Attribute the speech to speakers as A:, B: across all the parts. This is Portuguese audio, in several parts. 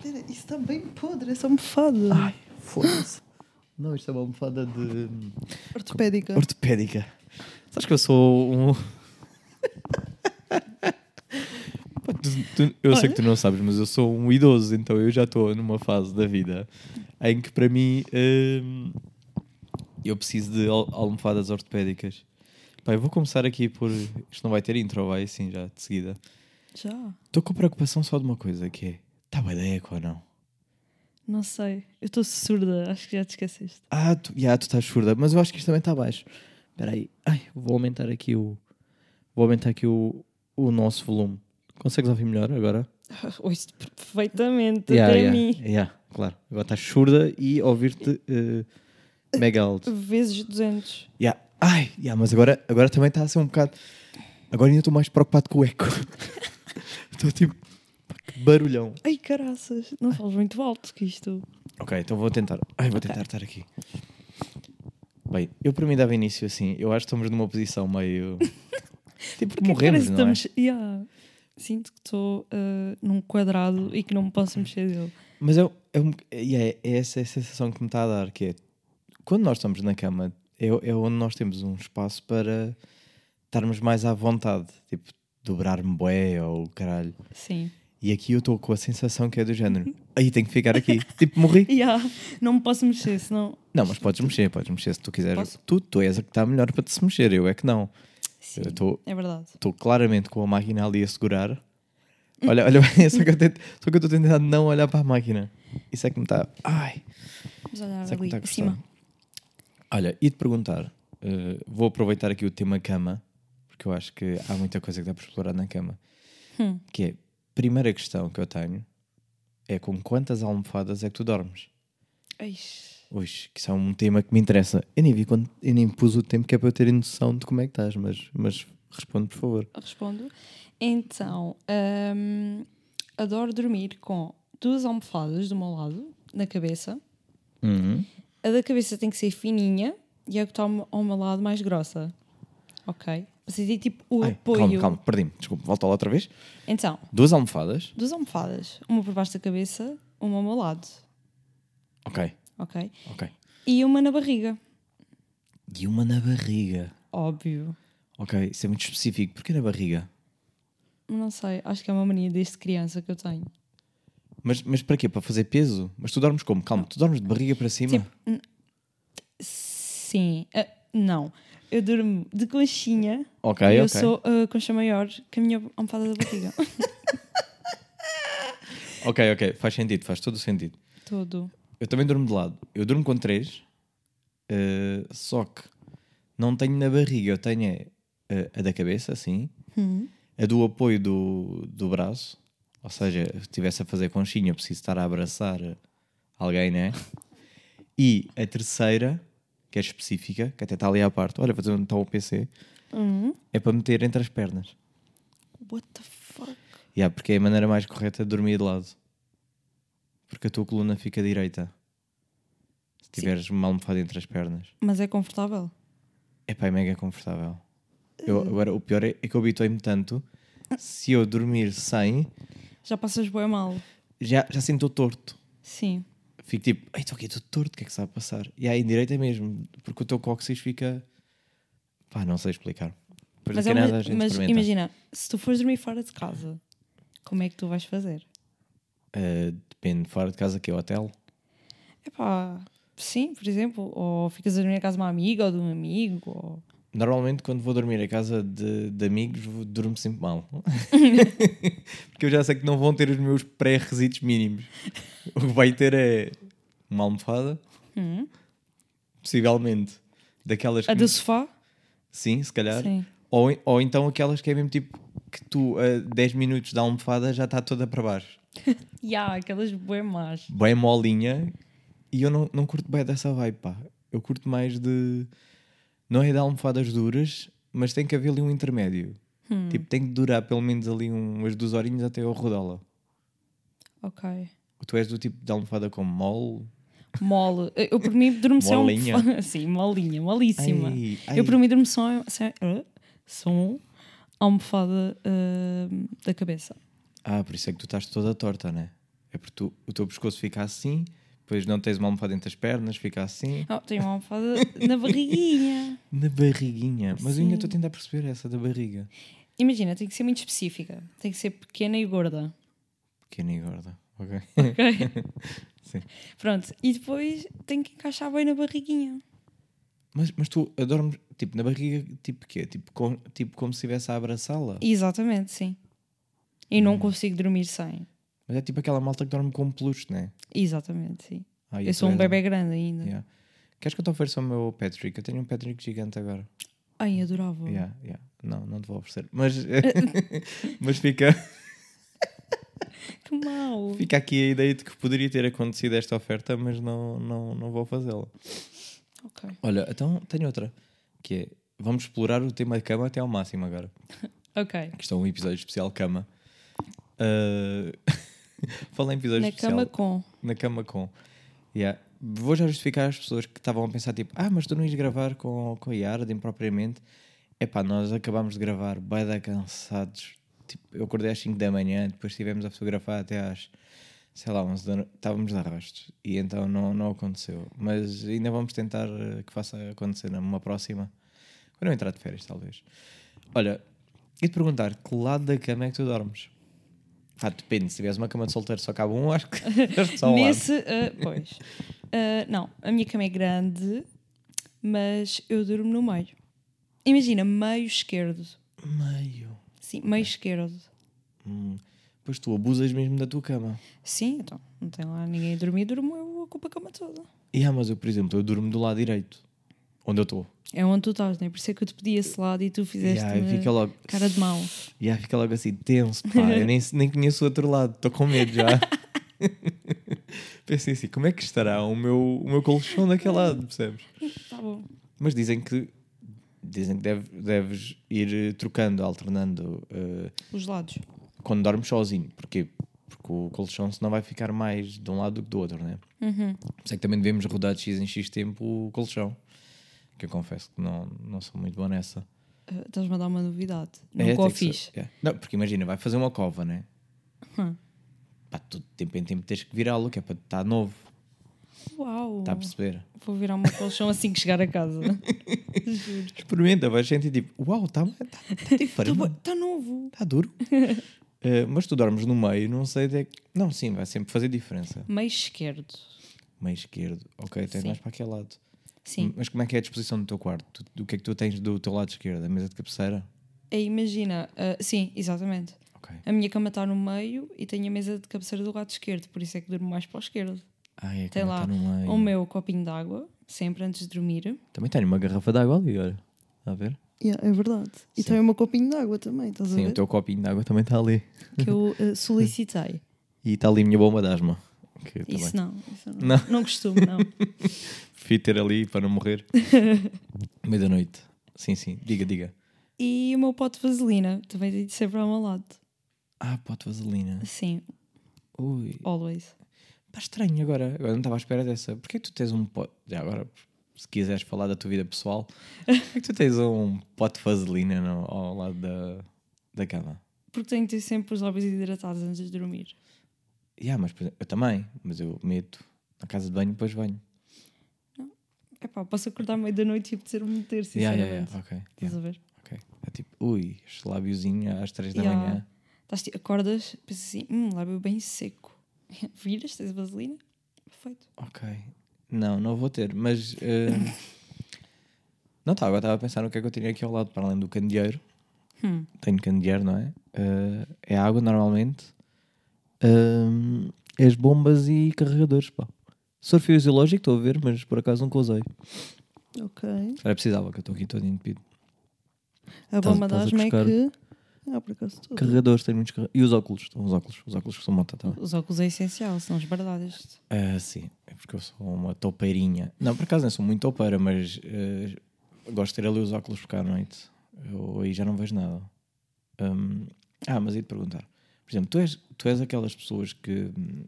A: Pera, isso está bem podre, essa almofada.
B: Ai, foda-se. Não, isto é uma almofada de.
A: Ortopédica.
B: ortopédica. Sabes que eu sou um. Pá, tu- tu- eu sei que tu não sabes, mas eu sou um idoso, então eu já estou numa fase da vida em que para mim hum, eu preciso de al- almofadas ortopédicas. Pá, eu vou começar aqui por. Isto não vai ter intro, vai assim já de seguida.
A: Já.
B: Estou com preocupação só de uma coisa que é. Está bem da eco ou não?
A: Não sei. Eu estou surda, acho que já te esqueceste.
B: Ah, tu, já, tu estás surda, mas eu acho que isto também está baixo. Espera aí. Ai, vou aumentar aqui o. Vou aumentar aqui o, o nosso volume. Consegues ouvir melhor agora?
A: Ouço perfeitamente,
B: Yeah,
A: até
B: yeah,
A: mim.
B: yeah, claro. Agora estás surda e ouvir-te eh, mega alto.
A: Vezes 200.
B: Yeah. Ai, yeah, mas agora, agora também está a ser um bocado. Agora ainda estou mais preocupado com o eco. Estou tipo. pá, que Barulhão.
A: Ai, caraças, não falas muito alto que isto.
B: Ok, então vou tentar. Ai, vou tentar estar aqui. Bem, eu para mim dava início assim. Eu acho que estamos numa posição meio. tipo,
A: Porque parece
B: morremos,
A: que
B: não é?
A: estamos- Yeah. Sinto que estou ah, num quadrado e que não me posso mexer dele.
B: Mas é, um- é, um- e é- é essa a sensação que me está a dar, que é quando nós estamos na cama, é, é onde nós temos um espaço para estarmos mais à vontade, tipo, dobrar-me bué ou caralho.
A: Sim.
B: E aqui eu estou com a sensação que é do género. Aí tenho que ficar aqui. tipo, morri.
A: Yeah. Não me posso mexer, senão.
B: Não, mas podes mexer, podes mexer se tu quiseres.
A: Posso?
B: Tu, tu és a que está melhor para te se mexer, eu é que não.
A: Sim,
B: Eu estou
A: É verdade.
B: estou claramente com a máquina ali a segurar. Olha, olha bem, só que eu tento- só que eu estou tentando não olhar para a máquina. Isso é que me está. Ai,
A: Vamos olhar
B: isso é que me
A: ali
B: está a
A: acima.
B: gostar. Olha, e te perguntar, eh, vou aproveitar aqui o tema cama, porque eu acho que há muita coisa que dá para explorar na cama.
A: Hum.
B: Que é, primeira questão que eu tenho é com quantas almofadas é que tu dormes?
A: Eish.
B: Hoje, que isso é um tema que me interessa. Eu nem vi quando, eu nem pus o tempo que é para eu ter noção de como é que estás, mas, mas responde, por favor.
A: Respondo. Então, hum, adoro dormir com duas almofadas do meu lado, na cabeça.
B: Uhum.
A: A da cabeça tem que ser fininha e a que está ao meu- ao meu lado mais grossa. Ok? Para sentir tipo o
B: Ai,
A: apoio.
B: calma, calma, perdi-me. Desculpa, volta lá outra vez.
A: Então,
B: Duas almofadas.
A: duas almofadas. Uma por baixo da cabeça, uma ao meu lado.
B: Ok,
A: Ok?
B: ok.
A: E uma na barriga.
B: E uma na barriga.
A: Óbvio.
B: Ok, isso é muito específico. Porquê na barriga?
A: Não sei, acho que é uma mania desde criança que eu tenho.
B: Mas, mas para quê? Para fazer peso? Mas tu dormes como? Calma, tu dormes de barriga para cima?
A: Tipo, Sim. Ah, não. Eu durmo de conchinha.
B: ok,
A: e eu
B: ok.
A: sou ah, concha maior que a minha almofada da barriga.
B: Ok, ok, faz sentido, faz todo o sentido.
A: Todo.
B: Eu também durmo de lado. Eu durmo com três, eh, só que não tenho na barriga. Eu tenho é, eh, a da cabeça, assim, a do apoio do, do braço. Ou seja, se estivesse a fazer conchinha, eu preciso estar a abraçar alguém, né? E a terceira, que é específica, que até está ali à parte, olha, vou dizer onde está o PC, é para meter entre as pernas.
A: What the fuck?
B: Yeah, porque é a maneira mais correta de dormir de lado. Porque a tua coluna fica direita. Se tiveres uma almofada entre as pernas.
A: Mas é confortável?
B: Epá, é mega confortável.
A: Eh.
B: Eu, agora, o pior é, é que eu habituei-me tanto. Se eu dormir sem,
A: Já passas bem mal.
B: já, já sinto torto.
A: Sim.
B: Fico tipo, ei, estou aqui, estou torto, o que é que está a passar? E aí, em direita mesmo, porque o teu cóccix fica... Pá, não sei explicar. Depois
A: Mas,
B: do
A: é uma-
B: Canadá a gente
A: mas
B: experimenta.
A: imagina, se tu fores dormir fora de casa, como é que tu vais fazer?
B: Ah, depende, fora de casa que é o hotel.
A: Epá, sim, por exemplo. Ou ficas a dormir na casa de uma amiga ou de um amigo. Ou...
B: Normalmente, quando vou dormir a casa de, de amigos, vou- durmo sempre mal. Porque eu já sei que não vão ter os meus pré-requisitos mínimos. O que vai ter é uma almofada, possivelmente. Daquelas que.
A: Hum. A do sofá?
B: Sim, se calhar.
A: Sim.
B: Ou, en- ou então aquelas que é mesmo tipo que tu, a 10 minutos da almofada, já está toda para baixo.
A: Ya, aquelas bué más.
B: Bem molinha. E eu não, não curto bem dessa vibe, pá. Eu curto mais de. Não é de almofadas duras, mas tem que haver ali um intermédio.
A: Hum.
B: Tipo, tem que durar pelo menos ali um, umas duas horinhas até ao rodá-la.
A: Ok.
B: Tu és do tipo de almofada com mole.
A: Mole. Eu, por mim, durmo só
B: Molinha.
A: um... Sim, molinha, molíssima.
B: Ai, ai.
A: Eu, por um mim, durmo só... só, só eh, um almofada ah, da cabeça.
B: Ah, por isso é que tu estás toda torta, né? É porque tu- o teu pescoço fica assim, depois não tens uma almofada entre as pernas, fica assim.
A: Oh, tenho uma almofada na barriguinha.
B: Na barriguinha. Mas eu ainda
A: Sim.
B: estou a tentar perceber essa da barriga.
A: Imagina, tem que ser muito específica. Tem que ser pequena e gorda.
B: Pequena e gorda. Ok.
A: Ok?
B: Sim.
A: Pronto. E depois tem que encaixar bem na barriguinha.
B: Mas, mas tu adormes, tipo, na barriga, tipo quê? Tipo, com, tipo como se estivesse a abraçá-la.
A: Exatamente, sim. E
B: Hum.
A: não consigo dormir sem.
B: Mas é tipo aquela malta que dorme com peluche, né?
A: Exatamente, sim.
B: Ah,
A: Eu sou um
B: tu és-
A: bebê grande ainda.
B: Yeah. Queres que eu te ofereça o meu Patrick? Eu tenho um Patrick gigante agora.
A: Ai, adorava.
B: Yeah, yeah. Não, não te vou oferecer. Mas, mas fica,
A: Que mau.
B: fica aqui a ideia de que poderia ter acontecido esta oferta, mas não, não, não vou fazê-la.
A: Ok.
B: Olha, então tenho outra. Que é, vamos explorar o tema de cama até ao máximo agora.
A: Ok.
B: Que isto é um episódio especial cama. Ah, Fala em episódio
A: Na
B: especial.
A: cama com.
B: Na cama com. Yeah. Vou já justificar às pessoas que estavam a pensar, tipo, ah, mas tu não ias gravar com, com a Yarden propriamente. Epá, nós acabámos de gravar, bué da cansados. Tipo, eu acordei às 5 da manhã, depois estivemos a fotografar até às, sei lá, 11 da noite. Estávamos de arrasto. E então não, não aconteceu. Mas ainda vamos tentar eh, que faça acontecer numa próxima. Quando eu entrar de férias, talvez. Olha, ia-te perguntar, que lado da cama é que tu dormes? Ah, depende. Se tiveres uma cama de solteiro só cabe um, acho que, acho que só um lado.
A: Nesse. ah, pois. Ah, não, a minha cama é grande, mas eu durmo no meio. Imagina, meio esquerdo.
B: Meio.
A: Sim, meio esquerdo.
B: Hum. Pois tu abusas mesmo da tua cama.
A: Sim, então. Não tem lá ninguém a dormir, durmo eu ocupo a cama toda.
B: E ah, mas eu, por exemplo, eu durmo do lado direito, onde eu estou.
A: É onde tu estás, não é? Por isso é que eu te pedi esse lado e tu
B: E
A: fizeste
B: ah, fica logo,
A: cara de mau.
B: e ah, fica logo assim, tenso, pá. Eu nem, nem conheço o outro lado, estou com medo já. Pensei assim, como é que estará o meu, o meu colchão daquele lado, percebes?
A: Tá bom.
B: Mas dizem que dizem que deve- deves ir eh, trocando, alternando eh,
A: Os lados.
B: quando dormes sozinho. Porquê? Porque o colchão senão vai ficar mais de um lado do que do outro, né?
A: Uhum.
B: Por isso é que também devemos rodar de X em X tempo o colchão. Que eu confesso que não, não sou muito bom nessa.
A: Ah, Estás-me a dar uma novidade.
B: É,
A: Nunca o
B: tem que
A: fiz.
B: ser- é. Não, porque imagina, vai fazer uma cova, né?
A: Hum.
B: Pá, tu de tempo em tempo tens que virá-lo, que é para estar novo.
A: Uau!
B: Está a perceber?
A: Tá Vou virar uma colchão assim que chegar a casa. Juro.
B: Experimenta, vais sentir tipo, uau, está tá, tá
A: Tipo,
B: diferente.
A: Está novo.
B: Está duro. Eh, mas tu dormes no meio, não sei até que. Não, sim, vai sempre fazer diferença.
A: Meio esquerdo.
B: Meio esquerdo, ok, tens
A: Sim.
B: mais para aquele lado.
A: Sim.
B: Mas como é que é a disposição do teu quarto? Tu- o que é que tu tens do teu lado esquerdo? A mesa de cabeceira?
A: Aí imagina. ah, sim, exatamente.
B: Ok.
A: A minha cama está no meio e tenho a mesa de cabeceira do lado esquerdo, por isso é que durmo mais para o esquerdo.
B: Ai, é que
A: Tem lá um
B: tá no meio.
A: O meu copinho de água, sempre antes de dormir.
B: Também tenho uma garrafa de água ali, olha. Está a ver?
C: Yeah, é verdade. E tem o meu copinho de água também, estás
B: Sim,
C: a
B: o
C: ver?
B: teu copinho de água também está ali.
A: Que eu ah, solicitei.
B: E está ali a minha bomba de asma. Que eu também
A: Isso não, isso não.
B: Não.
A: Não, costumo, não.
B: Prefiro ter ali para não morrer. Meia da noite. Sim, sim. Diga, diga.
A: E o meu pote de vaselina, também tenho sempre ao meu lado.
B: Ah, pote de vaselina.
A: Sim,
B: Ui.
A: always.
B: Está estranho agora. Agora não estava à espera dessa. Porquê que tu tens um pote... Já agora, se quiseres falar da tua vida pessoal, porquê que tu tens um pote de vaselina no- ao lado da, da cama?
A: Porque tenho que ter sempre os lábios hidratados antes de dormir.
B: Ya, mas por exemplo, eu também. Mas eu meto na casa de banho, depois banho.
A: Epá, posso acordar à meia da noite e apetecer-me meter,
B: Ya,
A: sinceramente.
B: ya, ya, Ok. ya.
A: Estás a ver?
B: Ok. É tipo, ui, este lábiozinho às 3 da
A: Ya.
B: manhã.
A: Estás, ti- acordas, pensas assim, hum, lábio bem seco. Viras, tens vaselina? Perfeito.
B: Ok. Não, não vou ter, mas. eh, não estava, estava a pensar no que é que eu tinha aqui ao lado, para além do candeeiro.
A: Hum.
B: Tenho candeeiro, não é? Eh, é água normalmente. Ahm, é as bombas e carregadores, pá. Soro fisiológico, estou a ver, mas por acaso nunca usei.
C: Ok.
B: Era precisava, que eu estou aqui todo entupido.
C: A
B: Estás-
C: bomba de
B: estás a
C: asma é
B: buscar-
C: que. Ah, por acaso estou.
B: Carregadores, tenho muitos carregadores. E os óculos, estão os óculos, os óculos que são monta também.
A: Os óculos é essencial, senão esbardadas.
B: Ah, sim, é porque eu sou uma topeirinha. Não, por acaso não sou muito topeira, mas ah, gosto de ter ali os óculos porque à noite eu aí já não vejo nada. Ahm, ah, mas ia-te perguntar. Por exemplo, tu és, tu és aquelas pessoas que hum,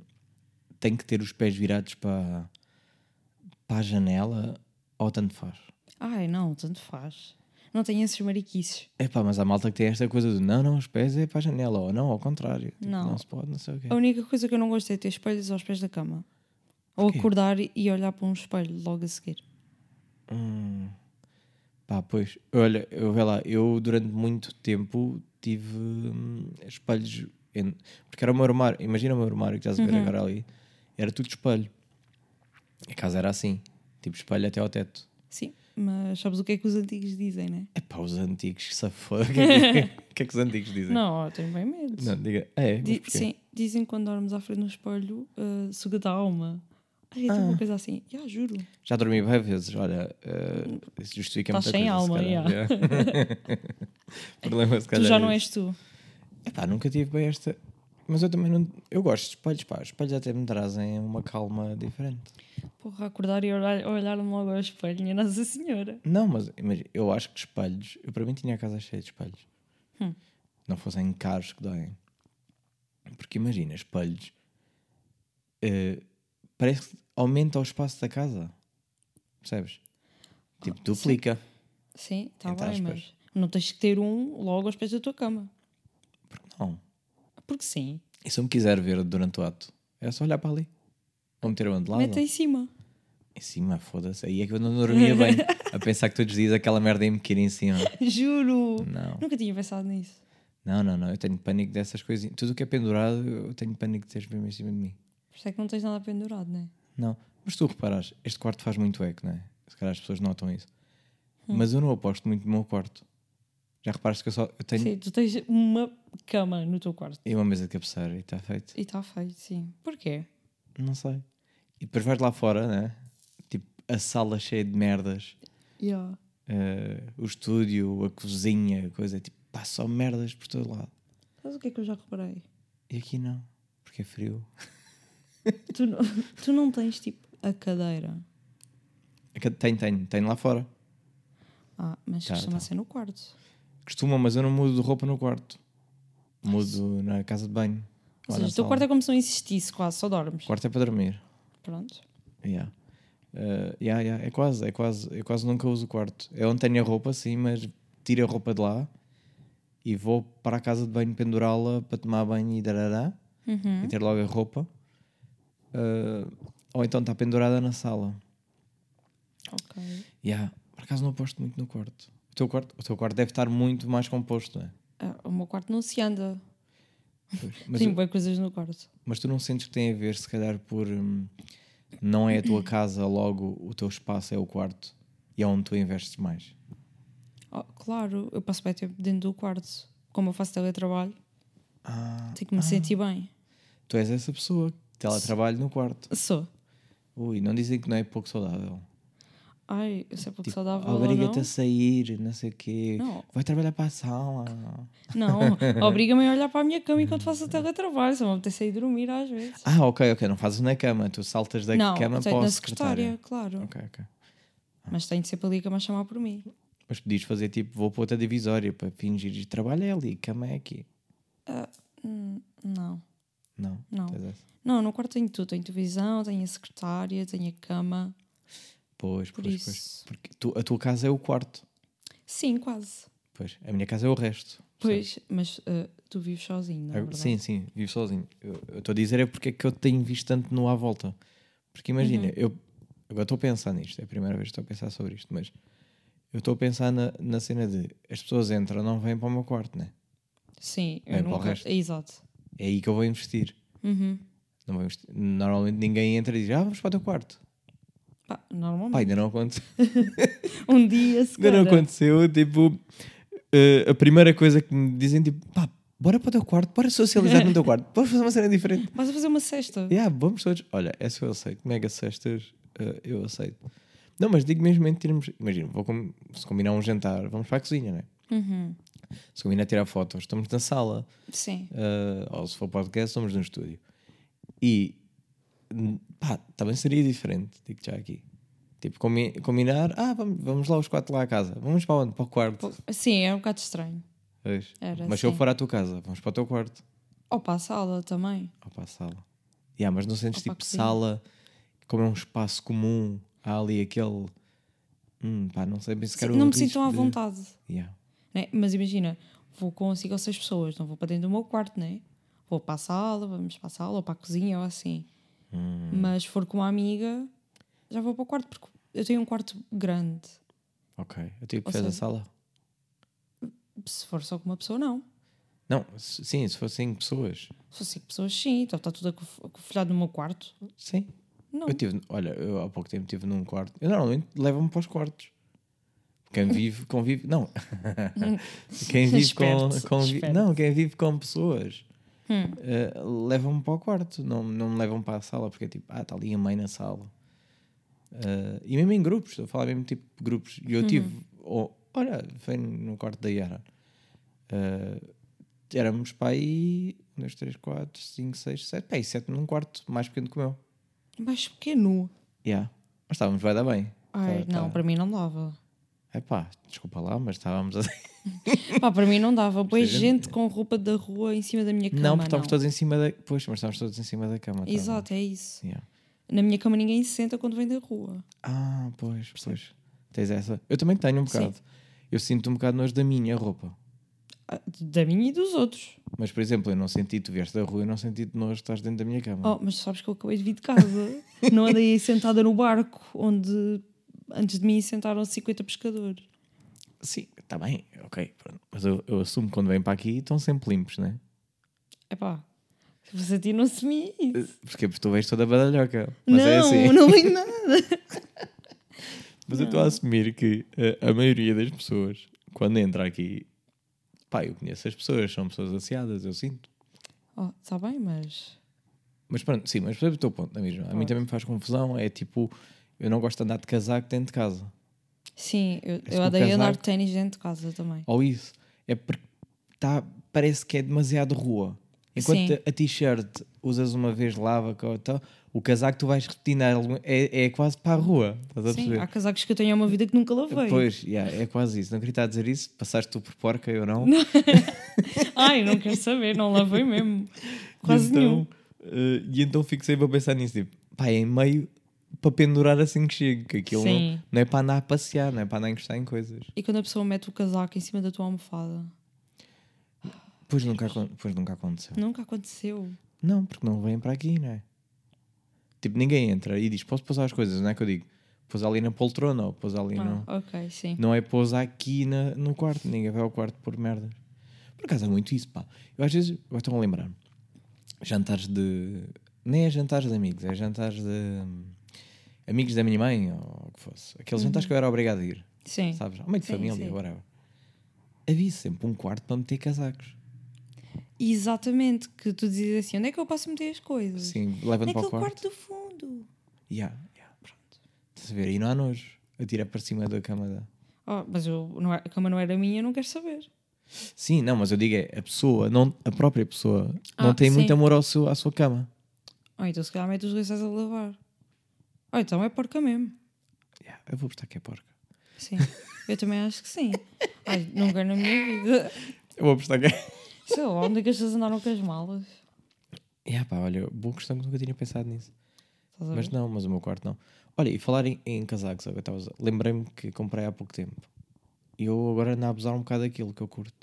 B: têm que ter os pés virados para, para a janela ou tanto faz?
A: Ai, não, tanto faz. não tenho esses mariquices.
B: É pá, mas há malta que tem esta coisa do não, não, os pés é para a janela, ou não, ao contrário. Tipo,
A: Não.
B: não. se pode, não sei o quê.
A: A única coisa que eu não gosto é ter espelhos aos pés da cama. Ou
B: Porquê?
A: acordar e olhar para um espelho logo a seguir.
B: Pá, pois, olha, eu, vê lá, eu durante muito tempo tive hum, espelhos, em- porque era o meu armário, imagina o meu armário que estás
A: Uhum.
B: a ver agora ali, era tudo espelho. A casa era assim, tipo espelho até ao teto.
A: Sim, mas sabes o que é que os antigos dizem, né?
B: É pá, os antigos, que safa, o que é que- o que é que os antigos dizem?
A: Não, eu tenho bem medo.
B: Não, diga, ah, é, mas
A: Di-
B: porquê?
A: sim, dizem que quando dormes à frente no espelho, uh, suga da alma. Ai, é tipo
B: Ah.
A: uma coisa assim. Já, juro.
B: Já dormi bem vezes, olha, uh, isso justifica
A: Estás
B: muita
A: sem
B: coisa, se
A: alma,
B: calhar, é. Problema, se
A: Tu
B: calhar,
A: já
B: é
A: não
B: esse.
A: és tu.
B: Epá, nunca tive bem esta. Mas eu também não. Eu gosto de espelhos, pá. Os espelhos até me trazem uma calma diferente.
A: Porra, acordar e olhar- olhar-me logo ao espelho, minha Nossa Senhora.
B: Não, mas, mas eu acho que espelhos. Eu para mim tinha a casa cheia de espelhos. Não fossem caros que doem. Porque imagina, espelhos. eh, parece que aumenta o espaço da casa. Percebes? Tipo, duplica.
A: Sim, está
B: Entre
A: bem, mas
B: aspas.
A: não tens que ter um logo aos pés da tua cama.
B: Porque não.
A: Porque sim,
B: E se eu me quiser ver durante o ato, é só olhar para ali. Ou meter o lado.
A: mete em cima.
B: Em cima, foda-se. Aí é que eu não dormia bem. A pensar que todos os dias aquela merda ia-me cair em cima.
A: Juro.
B: Não.
A: Nunca tinha pensado nisso.
B: Não, não, não. Eu tenho pânico dessas coisinhas. Tudo o que é pendurado, eu tenho pânico de teres mesmo em cima de mim.
A: Por isso é que não tens nada pendurado, né?
B: Não. Mas tu reparas, este quarto faz muito eco, não é? Se calhar as pessoas notam isso. Mas eu não aposto muito no meu quarto. Já reparaste que eu só eu tenho.
A: Sim, tu tens uma cama no teu quarto.
B: E uma mesa de cabeceira e está feito.
A: E está feio, sim. Porquê?
B: Não sei. E depois vais lá fora, né? Tipo, a sala cheia de merdas.
C: Yeah.
B: eh, o estúdio, a cozinha, a coisa. Tipo, pá, só merdas por todo lado.
C: Mas o que é que eu já reparei?
B: E aqui não, porque é frio.
A: Tu, não- tu não tens tipo a cadeira.
B: É que Tenho, tenho, tenho lá fora.
A: Ah, mas
B: Tá,
A: costuma
B: tá.
A: ser no quarto.
B: Costuma, mas eu não mudo de roupa no quarto. Mudo na casa de banho.
A: Ou
B: ou
A: seja, o
B: na
A: teu
B: sala.
A: quarto é como se não existisse quase, só dormes.
B: O quarto é para dormir.
A: Pronto.
B: Yeah. Uh, yeah, yeah, É quase, é quase. Eu quase nunca uso o quarto. É onde tenho a roupa, sim, mas tiro a roupa de lá e vou para a casa de banho pendurá-la para tomar banho e darará
A: Uhum.
B: e ter logo a roupa. Uh, ou então está pendurada na sala.
A: Ok.
B: Yeah. Por acaso não aposto muito no quarto. O teu quarto, o teu quarto deve estar muito mais composto, não é?
A: Ah, o meu quarto não se anda.
B: Pois. Mas,
A: Mas Tenho bem coisas no quarto.
B: mas tu não sentes que tem a ver, se calhar, por hum, não é a tua casa, logo o teu espaço é o quarto e é onde tu investes mais.
A: Oh, claro, eu passo bem tempo dentro do quarto. Como eu faço teletrabalho,
B: Ah,
A: tenho que me sentir bem.
B: tu és essa pessoa que teletrabalho no quarto.
A: Sou.
B: Ui, não dizem que não é pouco saudável.
A: Ai, eu sei pouco saudável. ou
B: Tipo, Obriga-te a sair, não sei o quê.
A: Não.
B: Vai trabalhar para a sala.
A: não. Não, obriga-me a olhar para a minha cama enquanto faço o teletrabalho. Só me apetece ir dormir às vezes.
B: Ah, ok, ok. Não fazes na cama. Tu saltas da
A: não,
B: cama
A: tenho
B: para a
A: na
B: secretária.
A: secretária, claro.
B: Ok, ok.
A: Mas tenho de sempre ali a cama a chamar por mim.
B: Mas podias fazer tipo, vou para outra divisória para fingir de trabalho é ali, cama é aqui.
A: Hum, não.
B: Não.
A: Não.
B: tens essa.
A: Não, no quarto tenho tudo. Tenho televisão, tenho a secretária, tenho a cama.
B: Pois,
A: Por
B: pois, pois.
A: isso.
B: Porque tu- a tua casa é o quarto.
A: Sim, quase.
B: Pois, a minha casa é o resto. percebes?
A: Pois, mas ah, tu vives sozinho, não é?
B: Agora-
A: verdade?
B: sim, sim, vivo sozinho. Eu eu estou a dizer é porque é que eu tenho visto tanto no à volta. Porque imagina,
A: Uhum.
B: eu agora estou a pensar nisto, é a primeira vez que estou a pensar sobre isto, mas eu estou a pensar na, na cena de as pessoas entram, não vêm para o meu quarto, né?
A: Sim, eu
B: Bem, É, para o
A: nunca.
B: resto.
A: Exato.
B: É aí que eu vou investir.
A: Uhum.
B: Não vou investir. Normalmente ninguém entra e diz, ah, vamos para o teu quarto.
A: Pá, normalmente.
B: Pá, ainda não aconteceu.
A: Um dia se
B: Ainda não
A: calhar.
B: aconteceu, tipo, eh, a primeira coisa que me dizem, tipo, pá, bora para o teu quarto, bora socializar no teu quarto, vamos fazer uma cena diferente.
A: Vais a fazer uma cesta.
B: Yeah, vamos todos. Olha, essa eu aceito. Mega cestas, eh, eu aceito. Não, mas digo mesmo em termos. Imagina, vou com- se combinar um jantar, vamos para a cozinha, né?
A: Uhum.
B: Se combinar tirar fotos, estamos na sala.
A: Sim.
B: eh, ou se for podcast, estamos no estúdio. E. hum, pá, também seria diferente, digo já aqui. Tipo, combi- combinar. Ah, vamos, vamos lá os quatro lá à casa. Vamos para onde? Para o quarto.
A: Sim, é um bocado estranho.
B: Pois.
A: Era
B: mas se eu
A: assim.
B: for à tua casa, vamos para o teu quarto.
A: Ou para a sala também.
B: Ou para a sala. Yeah, mas não sentes
A: Ou para a
B: tipo
A: cozinha.
B: sala, como é um espaço comum, há ali aquele Hum, pá, não sei bem se quero
A: não
B: o
A: me
B: risco
A: sintam à
B: de-
A: vontade.
B: Yeah.
A: né? Mas imagina, vou com cinco ou seis pessoas, não vou para dentro do meu quarto, né? Vou para a sala, vamos para a sala ou para a cozinha ou assim.
B: Hum.
A: Mas se for com uma amiga, já vou para o quarto, porque eu tenho um quarto grande.
B: Ok. Eu tipo,
A: Ou
B: fez a
A: seja-
B: sala?
A: Se for só com uma pessoa, não.
B: Não, s- sim, se fossem pessoas.
A: Se for cinco pessoas, sim. Então está tudo acof- acolhado no meu quarto.
B: Sim.
A: Não.
B: Eu tive, olha, eu há pouco tempo estive num quarto. Eu normalmente levo-me para os quartos. Quem vive, convive. Não. quem vive com.
A: Esperto,
B: convi-
A: esperto.
B: Não, quem vive com pessoas. eh, levam-me para o quarto, não, não me levam para a sala, porque é tipo, ah, está ali a mãe na sala. Eh, e mesmo em grupos, estou a falar mesmo tipo de grupos. E eu tive, oh, olha, foi no quarto da Yara. Eh, éramos um, para aí 1, 2, 3, 4, 5, 6, 7, pá, 7 num quarto mais pequeno que o meu.
A: Mas pequeno.
B: Yeah. Mas estávamos, vai dar bem.
A: Ai,
B: Tá-
A: não,
B: tá.
A: para mim não dava.
B: Epá, desculpa lá, mas estávamos assim.
A: Pá, para mim não dava. Boa
B: Isto é gente-
A: gente com roupa da rua em cima da minha cama.
B: Não, porque tá estávamos todos em cima da. Pois, mas estávamos todos em cima da cama. estava.
A: Exato, é isso.
B: Yeah.
A: Na minha cama ninguém se senta quando vem da rua.
B: Ah, pois, pois. Tens essa. Eu também tenho um
A: Sim.
B: bocado. Eu sinto um bocado nojo da minha roupa.
A: Ah, Da minha e dos outros.
B: Mas, por exemplo, eu não senti, tu vieste da rua, eu não senti de nojo, estás dentro da minha cama.
A: Oh, mas sabes que eu acabei de vir de casa. não andei aí sentada no barco, onde antes de mim sentaram 50 pescadores.
B: Sim, está bem, ok. pronto. Mas eu, eu assumo que quando vêm para aqui estão sempre limpos, né?
A: Epá, se você ti não assumi isso.
B: Porque, porque tu vês toda a badalhoca. Mas
A: não,
B: é assim.
A: não vi nada.
B: Mas eu estou a assumir que eh, a, maioria das pessoas, quando entra aqui, pá, eu conheço as pessoas, são pessoas aciadas, eu sinto.
A: Oh, está bem, mas.
B: Mas pronto, sim, mas percebo o teu ponto, não é mesmo? A mim também me faz confusão, é tipo, eu não gosto de andar de casaco dentro de casa.
A: Sim, eu,
B: Parece
A: eu
B: um
A: odeio andar de
B: casaco.
A: ténis dentro de casa também.
B: Ou isso, é porque tá, parece que é demasiado rua. Enquanto
A: Sim.
B: a, a t-shirt usas uma vez, lava, co- tal, o casaco tu vais repetindo, há algum- é, é quase para a rua, estás a
A: Sim,
B: perceber?
A: há casacos que eu tenho uma vida que nunca lavei.
B: Pois, yeah, é quase isso. Não queria estar a dizer isso, passaste tu por porca, eu não.
A: Ai, não quero saber, não lavei mesmo.
B: e
A: Quase
B: então,
A: nenhum.
B: eh, e então fico sempre a pensar nisso, tipo, pá, é meio para pendurar assim que chego, que aquilo não,
A: Sim.
B: não é para andar a passear, não é para andar a encostar em coisas.
A: E quando a pessoa mete o casaco em cima da tua almofada?
B: Pois nunca, acon- pois nunca aconteceu.
A: Nunca aconteceu.
B: Não, porque não vêm para aqui, não é? Tipo, ninguém entra e diz, posso pousar as coisas, não é que eu digo, pousa ali na poltrona ou pousa ali no...
A: Ah, ok, sim.
B: Não é pousa aqui na, no quarto, ninguém vai ao quarto por merdas. Por acaso é muito isso, pá. Eu às vezes, agora estão a lembrar jantares de. Nem é jantares de amigos, é jantares de. hum, amigos da minha mãe ou o que fosse. Aqueles jantares que eu era obrigado a ir,
A: Uhum. Sim.
B: sabes? Ao meio de
A: Sim,
B: família,
A: sim.
B: whatever. Havia sempre um quarto para meter casacos.
A: Exatamente, que tu dizes assim: onde é que eu posso meter as coisas?
B: Sim, levando para
A: Naquele
B: o quarto.
A: quarto do fundo.
B: Yeah, yeah, pronto. Estás a ver? E não há nojo. Atira para cima da cama da.
A: Oh, mas eu, não é- a cama não era minha, eu não quero saber.
B: Sim, não, mas eu digo é, a pessoa, não, a própria pessoa, não
A: Ah,
B: tem muito
A: sim.
B: amor ao seu, à sua cama.
A: Oh, então se calhar mete os lençóis a lavar. Oh, então é porca mesmo.
B: Yeah, eu vou apostar que é porca.
A: Sim, eu também acho que sim. Ai, não ganho na minha vida.
B: Eu vou apostar que é.
A: Sei lá, onde é que as pessoas andaram com as malas?
B: Yeah, pá, olha, boa questão que nunca tinha pensado nisso.
A: Estás a
B: Mas
A: ver?
B: não, mas o meu quarto não. Olha, e falar em, em casacos, agora estavas a- lembrei-me que comprei há pouco tempo. E eu agora ando a abusar um bocado daquilo que eu curto.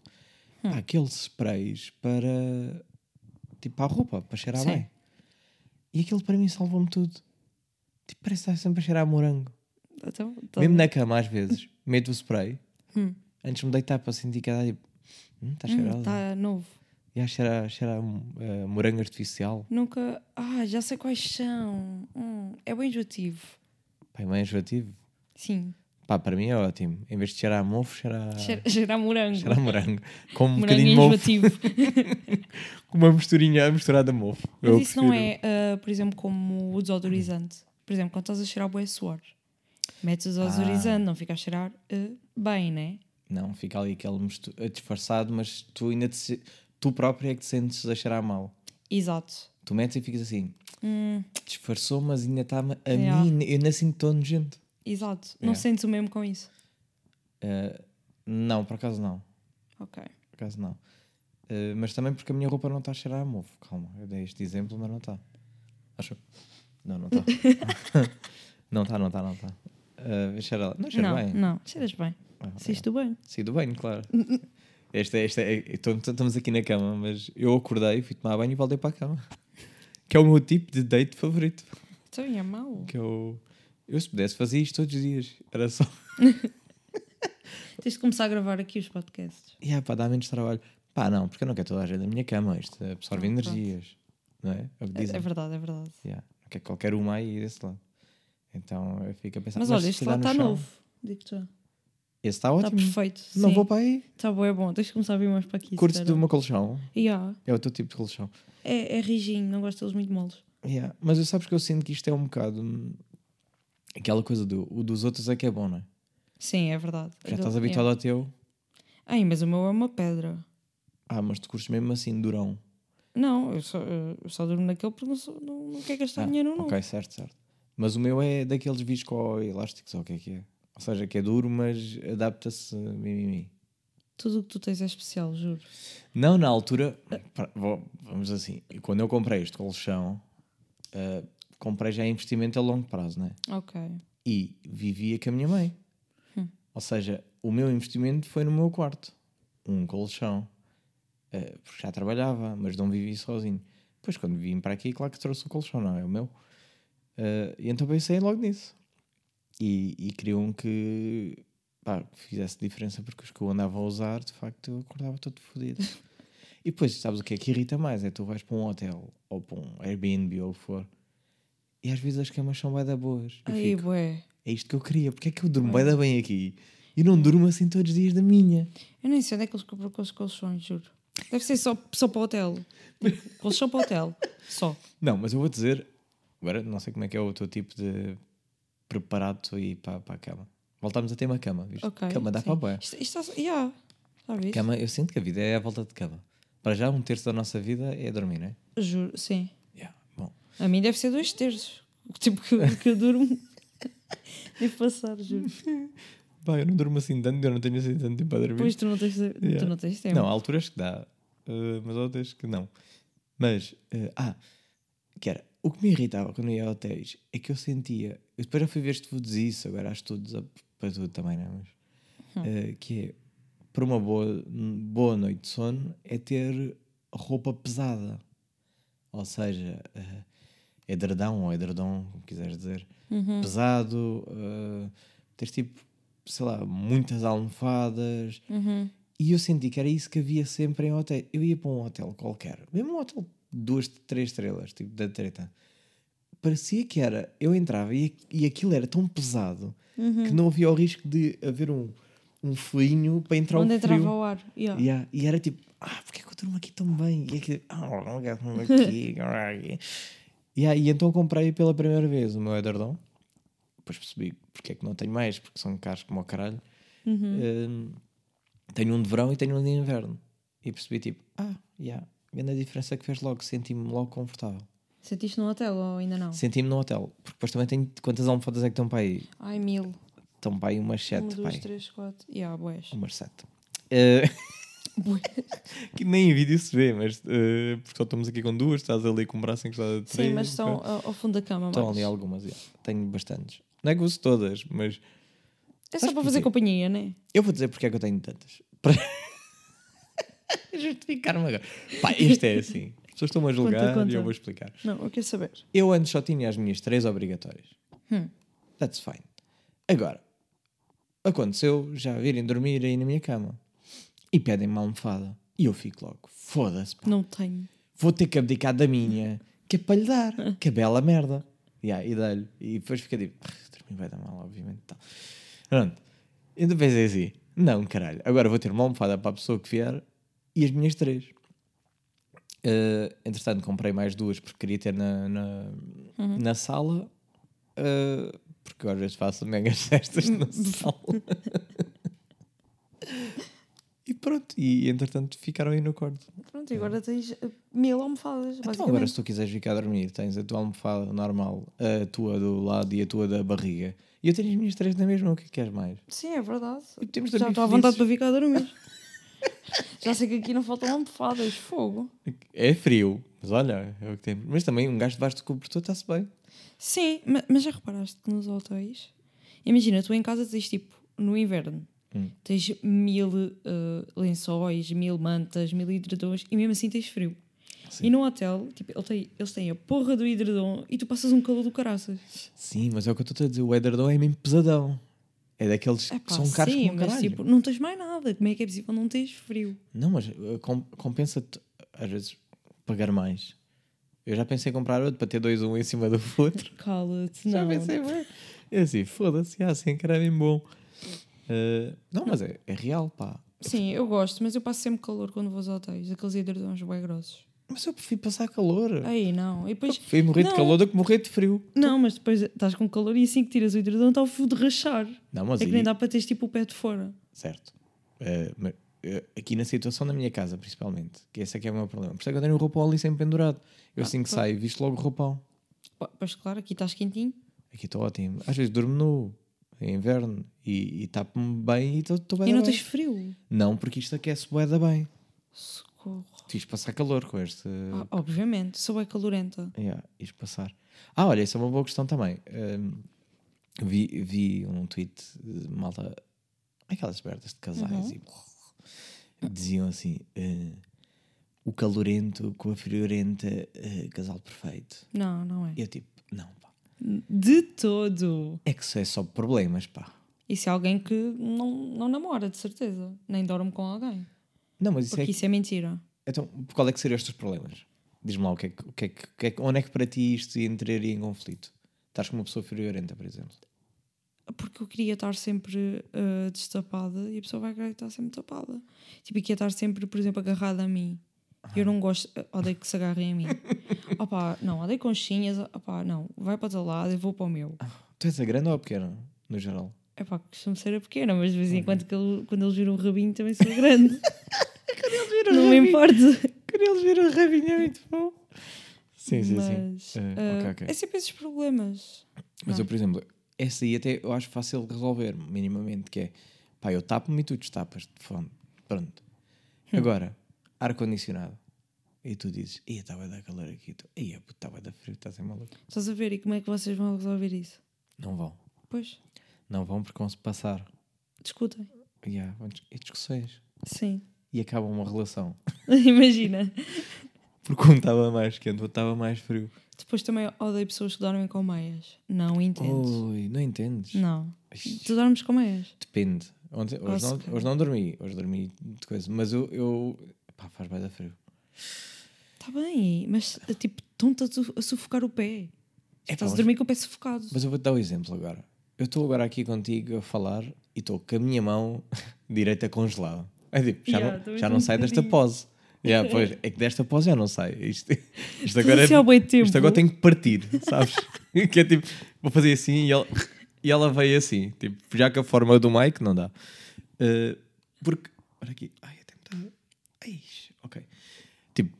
B: Pá, aqueles sprays para. tipo, para a roupa, para cheirar
A: Sim.
B: bem. E aquilo para mim salvou-me tudo. Tipo, parece que está sempre a cheirar a morango.
A: Então, tá-
B: Mesmo na cama, às vezes, meto o spray. Antes de me deitar para sentir que dá tipo. Hum, está cheirado.
A: Hum, tá novo.
B: E há cheira, cheira a mo- a hum, eh, morango artificial.
A: Nunca. Ah, já sei quais são. Hum, é bem enjoativo.
B: Pai, é bem enjoativo.
A: Sim.
B: Pá, para mim é ótimo. Em vez de cheirar a mofo, cheira a,
A: Cheira, cheira a morango.
B: Ah. cheira a morango. Com um
A: morango é
B: bocadinho de mofo,
A: enjoativo.
B: com uma misturinha misturada a mofo.
A: Mas
B: Eu
A: isso não
B: prefiro.
A: é, ah, por exemplo, como o desodorizante. Por exemplo, quando estás a cheirar bué suor, metes o desodorizante, não fica a cheirar ah, bem, né?
B: Não, fica ali aquele mistu- eh, disfarçado, mas tu ainda te se- tu próprio é que te sentes a cheirar mal.
A: Exato.
B: Tu metes e ficas assim.
A: Hum.
B: Disfarçou, mas ainda está a
A: Yeah.
B: mim. Eu ainda sinto tão nojento.
A: Exato. Não
B: É.
A: sentes o mesmo com isso.
B: Eh, Não, por acaso não.
A: Ok.
B: Por acaso não. Eh, mas também porque a minha roupa não está a cheirar a mofo. Calma, eu dei este exemplo, mas não está. Acho. Não, não está. não está, não está, não está. Ah, cheira lá. Não, cheira
A: Não, Hum,
B: bem.
A: não, cheiras bem.
B: Ah,
A: Assiste tu bem.
B: Saí do banho, claro.
A: Hum,
B: Esta, esta, é- então, então estamos aqui na cama, mas eu acordei, fui tomar banho e voltei para a cama. Que é o meu tipo de date favorito.
A: Então é mau.
B: Que eu, eu se pudesse fazia isto todos os dias. Era só.
A: Tens de começar a gravar aqui os podcasts.
B: E yeah, pá, dá menos trabalho. Pá, não, porque eu não quero toda a gente na minha cama. Isto absorve
A: Ah, pronto.
B: energias. Não é? É o que
A: É,
B: dizem.
A: é verdade, é verdade.
B: Yeah. Não quer qualquer uma aí desse lado. Então eu fico a pensar.
A: Mas,
B: se
A: olha, este
B: tirar
A: lá
B: no
A: está
B: chão-
A: novo. Digo-te já.
B: Esse está
A: Está
B: ótimo.
A: perfeito.
B: não
A: sim.
B: vou para aí.
A: Tá bom, é bom. Tens de começar a vir mais para aqui.
B: Curto
A: será?
B: de uma colchão.
A: Yeah.
B: É o teu tipo de colchão.
A: É, é rijinho, não gosto deles muito moles.
B: Yeah, Mas eu sabes que eu sinto que isto é um bocado hum, aquela coisa do o dos outros é que é bom, não é?
A: Sim, é verdade.
B: Já estás habituado ao teu.
A: Ai, mas o meu é uma pedra.
B: Ah, mas tu curtes mesmo assim, durão.
A: Não, eu só, eu só durmo naquele porque não, sou- não, não quero gastar
B: Ah,
A: dinheiro não.
B: ok, certo, certo. Mas o meu é daqueles viscoelásticos, ou o que é que é? Ou seja, que é duro, mas adapta-se mimimi.
A: Tudo o que tu tens é especial, juro.
B: Não, na altura, pá, vou- vamos assim, quando eu comprei este colchão, ah, comprei já em investimento a longo prazo, não é?
A: Ok.
B: e vivia com a minha mãe. Ou seja, o meu investimento foi no meu quarto, um colchão, Eh, porque já trabalhava, mas não vivia sozinho. Depois, quando vim para aqui, claro que trouxe o colchão, não é o meu. Eh, e então pensei logo nisso. E, e queria um que pá, que fizesse diferença, porque os que eu andava a usar, de facto, eu acordava todo fodido. e depois, sabes o que é que irrita mais? É tu vais para um hotel, ou para um Airbnb, ou o que for, e às vezes as camas são bem da boas. Eu
A: Ai,
B: fico,
A: bué.
B: é isto que eu queria. Porque é que eu durmo bem da bem aqui e não durmo assim todos os dias da minha?
A: Eu nem sei onde é que eles compram aqueles colchões, juro. Deve ser só, só para o hotel. Tipo, colchão para o hotel. Só.
B: Não, mas eu vou dizer. Agora não sei como é que é o teu tipo de preparado e para, para a cama. Voltámos a ter uma cama, viste?
A: Ok.
B: cama dá
A: sim.
B: para bem.
A: Isto, isto está. Yeah. Já viste?
B: Cama, eu sinto É. que a vida é à volta de cama. Para já, um terço da nossa vida é dormir, não é?
A: Juro, sim.
B: Yeah, Bom,
A: A mim deve ser dois terços. O tipo que, eu- que eu durmo. Deve passar, juro.
B: Pá, eu não durmo assim tanto, eu não tenho assim tanto tempo para dormir.
A: Pois tu não tens,
B: Yeah.
A: tu não tens tempo.
B: Não, há alturas que dá, eh, mas há outras que não. Mas, eh, ah, que era, o que me irritava quando eu ia a hotéis é que eu sentia, eu depois já fui ver estudos e isso, agora há estudos a- para tudo também, não é? Mas, eh, que é, para uma boa, boa noite de sono é ter roupa pesada. Ou seja, eh, edredão ou edredom, como quiseres dizer,
A: Uhum.
B: pesado, eh, teres tipo, sei lá, muitas almofadas,
A: Uhum.
B: e eu senti que era isso que havia sempre em hotel. Eu ia para um hotel qualquer, mesmo um hotel de duas, três estrelas, tipo da treta. Parecia que era, eu entrava e, e aquilo era tão pesado
A: Uhum.
B: que não havia o risco de haver um, um fuinho para entrar
A: Onde
B: o um frio.
A: entrava o ar. Yeah.
B: Yeah, E era tipo, ah, porque é que eu durmo aqui tão bem? E aqui, ah, não quero dormir aqui. ah, aqui." yeah, e então comprei pela primeira vez o meu edredom. Depois percebi porque é que não tenho mais, porque são caros como o caralho.
A: Uhum.
B: Um, tenho um de verão e tenho um de inverno. E percebi tipo, ah, yeah, grande diferença é que fez logo, senti-me logo confortável.
A: Sentiste no hotel ou ainda não?
B: Senti-me no hotel, porque depois também tenho, quantas almofadas é que estão para aí?
A: Ai, mil.
B: Estão para aí umas
A: um,
B: sete,
A: duas,
B: É, pai.
A: três, quatro. Yeah, boés.
B: Umas sete. Eh,
A: Bué.
B: Que nem em vídeo se vê, mas eh, porque só estamos aqui com duas, estás ali com um braço encostado a três.
A: Sim, mas estão
B: pá.
A: ao, ao fundo da cama.
B: Estão
A: mais.
B: ali algumas, já. tenho bastantes. Não é que uso todas, mas
A: É só
B: Sabes
A: para fazer
B: porquê?
A: companhia, não é?
B: eu vou dizer porque é que eu tenho tantas. Para justificar-me agora. Pá, isto é assim. As pessoas estão-me a julgar
A: conta.
B: e eu vou explicar.
A: Não, eu quero saber.
B: Eu antes só tinha as minhas três obrigatórias.
A: Hum.
B: That's fine. Agora, aconteceu já virem dormir aí na minha cama e pedem-me uma almofada. E eu fico logo, foda-se, pá.
A: Não tenho.
B: vou ter que abdicar da minha, que é para lhe dar, que é bela merda. Yeah, e dá-lhe. E depois fica tipo, "Ah, dormir vai dar mal, obviamente. Tal. Pronto. E depois é assim, não, caralho, agora vou ter uma almofada para a pessoa que vier e as minhas três. Eh, entretanto, comprei mais duas porque queria ter na, na, na sala. eh, porque eu às vezes faço mega cestas na sala. e pronto, e entretanto ficaram aí no quarto.
A: Pronto, e agora tens eh, mil almofadas,
B: Então, agora, se
A: basicamente.
B: tu quiseres ficar a dormir, tens a tua almofada normal, a tua do lado e a tua da barriga. E eu tenho as minhas três na mesma, o que é que queres mais?
A: Sim, é verdade.
B: E podemos
A: Já
B: dormir
A: estou à vontade
B: felizes.
A: para ficar a dormir. Já sei que aqui não faltam almofadas, fogo.
B: É frio, mas olha, é o que temos. Mas também um gajo debaixo do cobertor está-se bem.
A: Sim, ma- mas já reparaste que nos hotéis, Imagina, tu em casa tens tipo, no inverno,
B: Hum.
A: tens mil eh, lençóis, mil mantas, mil edredons e mesmo assim tens frio.
B: Sim.
A: E no hotel, tipo, ele tem- eles têm a porra do edredom e tu passas um calor do caraças.
B: Sim, mas é o que eu estou a dizer. O edredom é mesmo pesadão. É daqueles
A: Epá,
B: que são caros
A: sim,
B: como o
A: mas
B: caralho.
A: tipo, não tens mais nada. Como é que é possível não teres frio?
B: Não, mas uh, com- compensa-te às vezes pagar mais. Eu já pensei em comprar outro para ter dois um em cima do outro.
A: Cala-te,
B: já
A: não.
B: pensei, bem. Eu assim, foda-se, ah, assim, caralho, é bom. Uh, não, mas é, é real, pá.
A: Sim, eu gosto, mas eu passo sempre calor quando vou aos hotéis. Aqueles edredons bem grossos.
B: Mas eu prefiro passar calor.
A: Aí não. E depois,
B: Prefiro morrer
A: Não.
B: de calor do que morrer de frio.
A: não, mas depois estás com calor e assim que tiras o edredom está o fio de rachar.
B: Não, mas
A: É que
B: aí-
A: nem dá para teres tipo o pé de fora.
B: Certo. Eh, mas, eh, aqui na situação da minha casa, principalmente, que esse é que é o meu problema. Por isso é que eu tenho o roupão ali sempre pendurado.
A: Ah,
B: Eu assim que saio, visto logo o roupão.
A: Pá, Pois claro, aqui estás quentinho.
B: Aqui estou ótimo. Às vezes durmo nu, em inverno, e, e tapo-me bem e estou bem.
A: E não
B: da
A: tens
B: bem.
A: frio.
B: não, porque isto aquece bué da bem.
A: Socorro.
B: Fiz passar calor com este.
A: Ah, obviamente, sou é calorenta.
B: Yeah, isto passar. Ah, olha, isso é uma boa questão também. Ahm, vi, vi um tweet de malta, aquelas merdas de
A: Uhum.
B: casais e diziam assim: eh, o calorento com a friorenta, eh, casal perfeito.
A: Não, não é.
B: E eu tipo, não, pá.
A: De todo.
B: É que isso é só problemas, pá.
A: Isso é alguém que não, não namora, de certeza. Nem dorme com alguém.
B: Não, mas isso é.
A: Porque
B: que-
A: isso é mentira.
B: Então, qual é que seriam estes problemas? Diz-me lá o que é que, o que, é que, o que é que- onde é que para ti isto entraria em conflito? Estás com uma pessoa friorenta, por exemplo.
A: Porque eu queria estar sempre ah, destapada e a pessoa vai querer estar sempre tapada. Tipo, e queria estar sempre, por exemplo, agarrada a mim. Eu não gosto, ah, odeio que se agarrem a mim. Opá, não, odeio conchinhas. Opá, não, vai para o teu lado, eu vou para o meu.
B: Tu és a grande ou a pequena, no geral?
A: É pá, costumo ser a pequena, mas de vez em quando que ele- quando eles viram o rabinho também sou grande. não me importa.
B: Quando eles viram a rabinha é muito bom. Sim, sim,
A: mas,
B: sim. Ah,
A: ah,
B: ok, ok.
A: É sempre esses problemas.
B: Mas eu, por exemplo, essa aí até eu acho fácil de resolver, minimamente, que é pá, eu tapo-me e tu destapas de fome. Pronto.
A: Hum.
B: Agora, ar-condicionado. E tu dizes, ia estava a dar calor aqui. Tu, ia, puto, estava a dar frio, estás a ser maluco.
A: Estás a ver? E como é que vocês vão resolver isso?
B: Não vão.
A: Pois,
B: Não vão porque vão-se passar.
A: discutem.
B: E há muitas- e é discussões.
A: Sim.
B: E acaba uma relação.
A: Imagina.
B: Porque um estava mais quente, o outro estava mais frio.
A: Depois também odeio pessoas que dormem com meias. Não entendo.
B: Ui, não entendes?
A: Não.
B: Ixi.
A: Tu dormes com meias?
B: Depende. Ontem- hoje,
A: Nossa,
B: não,
A: cara.
B: hoje não dormi, hoje dormi de coisa, mas eu. eu pá, faz bem da frio.
A: Está Tá bem, mas tipo, estão-te a su- a sufocar o pé.
B: É, pá,
A: Estás a
B: mas,
A: dormir com o pé sufocado.
B: mas eu vou-te dar um exemplo agora. Eu estou agora aqui contigo a falar e estou com a minha mão direita congelada. É tipo, já
A: Yeah,
B: não,
A: também
B: já
A: tô
B: não
A: um
B: sai desta
A: bocadinho.
B: pose. Yeah, pois, é que desta pose já não sai. Isto, isto
A: Estás
B: agora
A: assim há bué tempo.
B: Isto agora tem que partir, sabes? que é tipo, vou fazer assim e ela, e ela veio assim. Tipo, já com a forma do Mike não dá. Uh, porque, olha aqui, ai, até me está. Ai, ok. Tipo,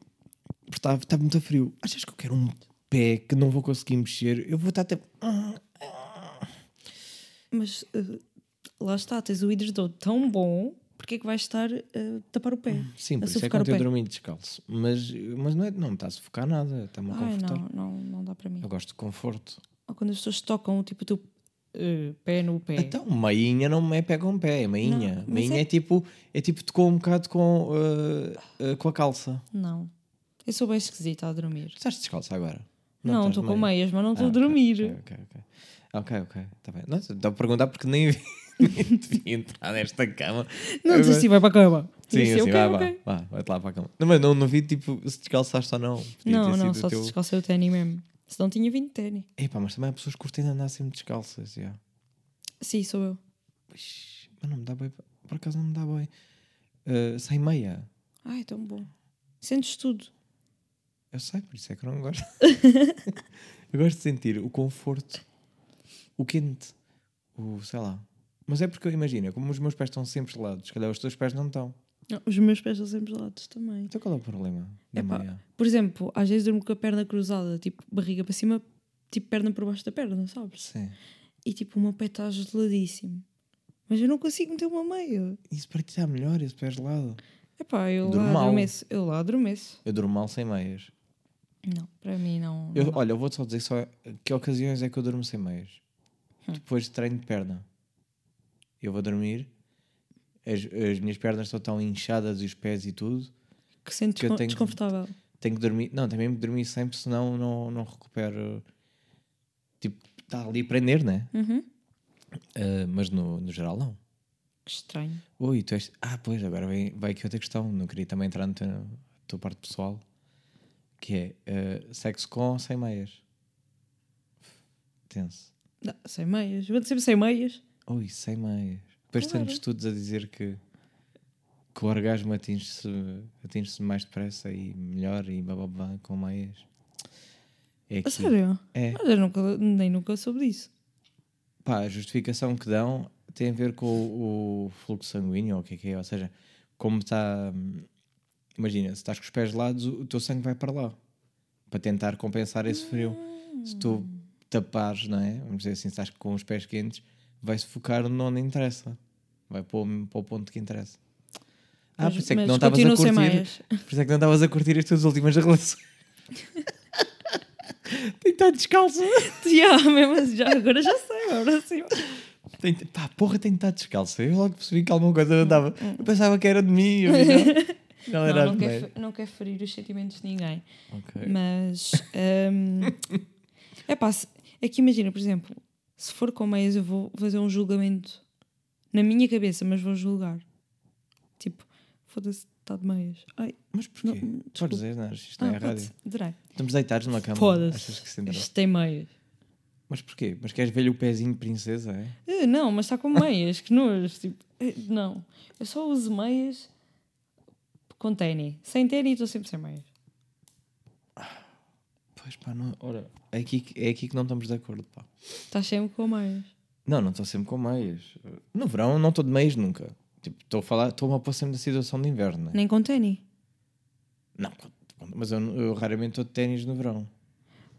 B: porque está está muito frio. Achas que eu quero um pé que não vou conseguir mexer? Eu vou estar até. ah,
A: Mas eh, lá está, tens o hidredor tão bom, porque é que vais estar a tapar o pé?
B: Sim,
A: a
B: por isso é que
A: sufocar o
B: ontem eu
A: pé.
B: dormi descalço. Mas, mas não, é, não me está a sufocar nada, está-me a
A: Ai,
B: confortar.
A: não, não, não dá para mim.
B: Eu gosto de conforto.
A: Ou quando as pessoas tocam tipo, o teu eh, pé no pé.
B: Então, meinha não é pé com pé, é meinha.
A: Não, mas
B: meinha é...
A: é-
B: tipo, é tipo tocou um bocado com, ah, ah, com a calça.
A: Não. Eu sou bem esquisita a dormir.
B: Estás descalça agora?
A: Não,
B: estás
A: estou
B: de
A: com
B: meia?
A: meias, mas não estou
B: Ah,
A: a
B: ok,
A: dormir.
B: Ok, ok. Ok, ok. Está bem. Não, estou a perguntar porque nem vi- nem devia entrar nesta cama.
A: Não, tu
B: Agora-
A: assim, vai para a cama.
B: Sim,
A: Disse,
B: assim,
A: ok,
B: vai,
A: ok.
B: vai, vai, vai-te lá para a cama. Não, mas não, não vi tipo se descalçaste ou não. Podia
A: Não, não,
B: ter sido o
A: só
B: teu-
A: se descalcei o ténis mesmo. Se não tinha vindo ténis.
B: Epá, mas também há pessoas que curtem de andar sempre descalças. já.
A: Sim, sou eu.
B: Ixi, Mas não me dá bem. Por acaso não me dá bem. Ah, sem meia.
A: Ai, tão bom. Sentes tudo.
B: Eu sei, por isso é que eu não gosto. eu gosto de sentir o conforto, o quente, o sei lá. Mas é porque eu imagino, como os meus pés estão sempre gelados, se calhar os teus pés não estão.
A: Não, os meus pés estão sempre gelados também.
B: Então qual é o problema? Da
A: Epá.
B: meia?
A: Por exemplo, às vezes durmo com a perna cruzada, tipo barriga para cima, tipo perna por baixo da perna, sabes?
B: Sim.
A: E tipo, o meu pé está geladíssimo. Mas eu não consigo meter uma meia.
B: Isso para ti está melhor, esse pé gelado.
A: Epá, eu
B: Durmo
A: lá
B: mal.
A: adormeço. Eu lá adormeço.
B: Eu durmo mal sem meias.
A: Não, para mim não. não
B: Eu,
A: dá.
B: olha, eu vou-te só dizer só que ocasiões é que eu durmo sem meias. Depois de treino de perna, eu vou dormir, as, as minhas pernas estão tão inchadas e os pés e tudo,
A: Que sentes
B: Que eu
A: con-
B: tenho-
A: desconfortável.
B: tenho que dormir, não, tenho mesmo que dormir sempre, senão não, não recupero. Tipo, está ali a prender, né?
A: Uhum.
B: Ah, mas no, no geral, não.
A: Que estranho.
B: Ui, tu és. Ah, pois, agora vem, vai aqui outra questão. Não queria também entrar na tua, na tua parte pessoal. Que é eh, sexo com ou sem meias? Tenso.
A: Não, sem meias. Eu ando sempre sem meias.
B: Ui, sem meias. Depois
A: Claro.
B: temos estudos a dizer que, que o orgasmo atinge-se atinge mais depressa e melhor e bababá com meias. É
A: A
B: que,
A: sério?
B: É.
A: Mas eu nunca, nem nunca soube disso.
B: Pá, a justificação que dão tem a ver com o, o fluxo sanguíneo, ou o que é que é, ou seja, como está. hum, Imagina, se estás com os pés gelados, o o teu sangue vai para lá, para tentar compensar esse frio. Se tu tapares, não é? Vamos dizer assim, se estás com os pés quentes, vai-se focar no onde interessa, vai para o, para o ponto que interessa. Ah,
A: Mas-
B: por isso é que
A: mas
B: não estavas a
A: continuo sem
B: curtir.
A: meias.
B: Por isso é que não estavas a curtir as tuas últimas relações. Tem que estar descalço.
A: já, mesmo assim, já, agora já sei, agora sim.
B: Tem, pá, porra, tem de estar descalço. Eu logo percebi que alguma coisa não andava. Eu pensava que era de mim. Eu não, não
A: Não,
B: era
A: não,
B: de
A: quero,
B: mim.
A: fe- não quero ferir os sentimentos de ninguém.
B: Ok.
A: Mas hum, é pá, aqui imagina, por exemplo, se for com meias, eu vou fazer um julgamento na minha cabeça, mas vou julgar. Tipo, foda-se, está de meias. Ai,
B: Mas
A: não,
B: porquê? Podes dizer, não, isto não é
A: ah,
B: rádio.
A: pode adorei.
B: Estamos deitados numa cama. Achas que é se
A: Foda-se,
B: entrou?
A: isto tem meias.
B: Mas porquê? Mas queres ver-lhe o pezinho de princesa, é?
A: Eh, não, mas está com meias, que nojo. Tipo, eh, não, eu só uso meias com ténis. Sem ténis estou sempre sem meias.
B: Pois pá, não. Ora, é aqui, que- é aqui que não estamos de acordo, pá.
A: Estás sempre com meias.
B: Não, não estou sempre com meias. No verão não estou de meias nunca. Tipo, estou a falar, estou-me a pôr sempre na situação de inverno, né?
A: Nem com ténis.
B: Não, mas eu, eu raramente estou de ténis no verão.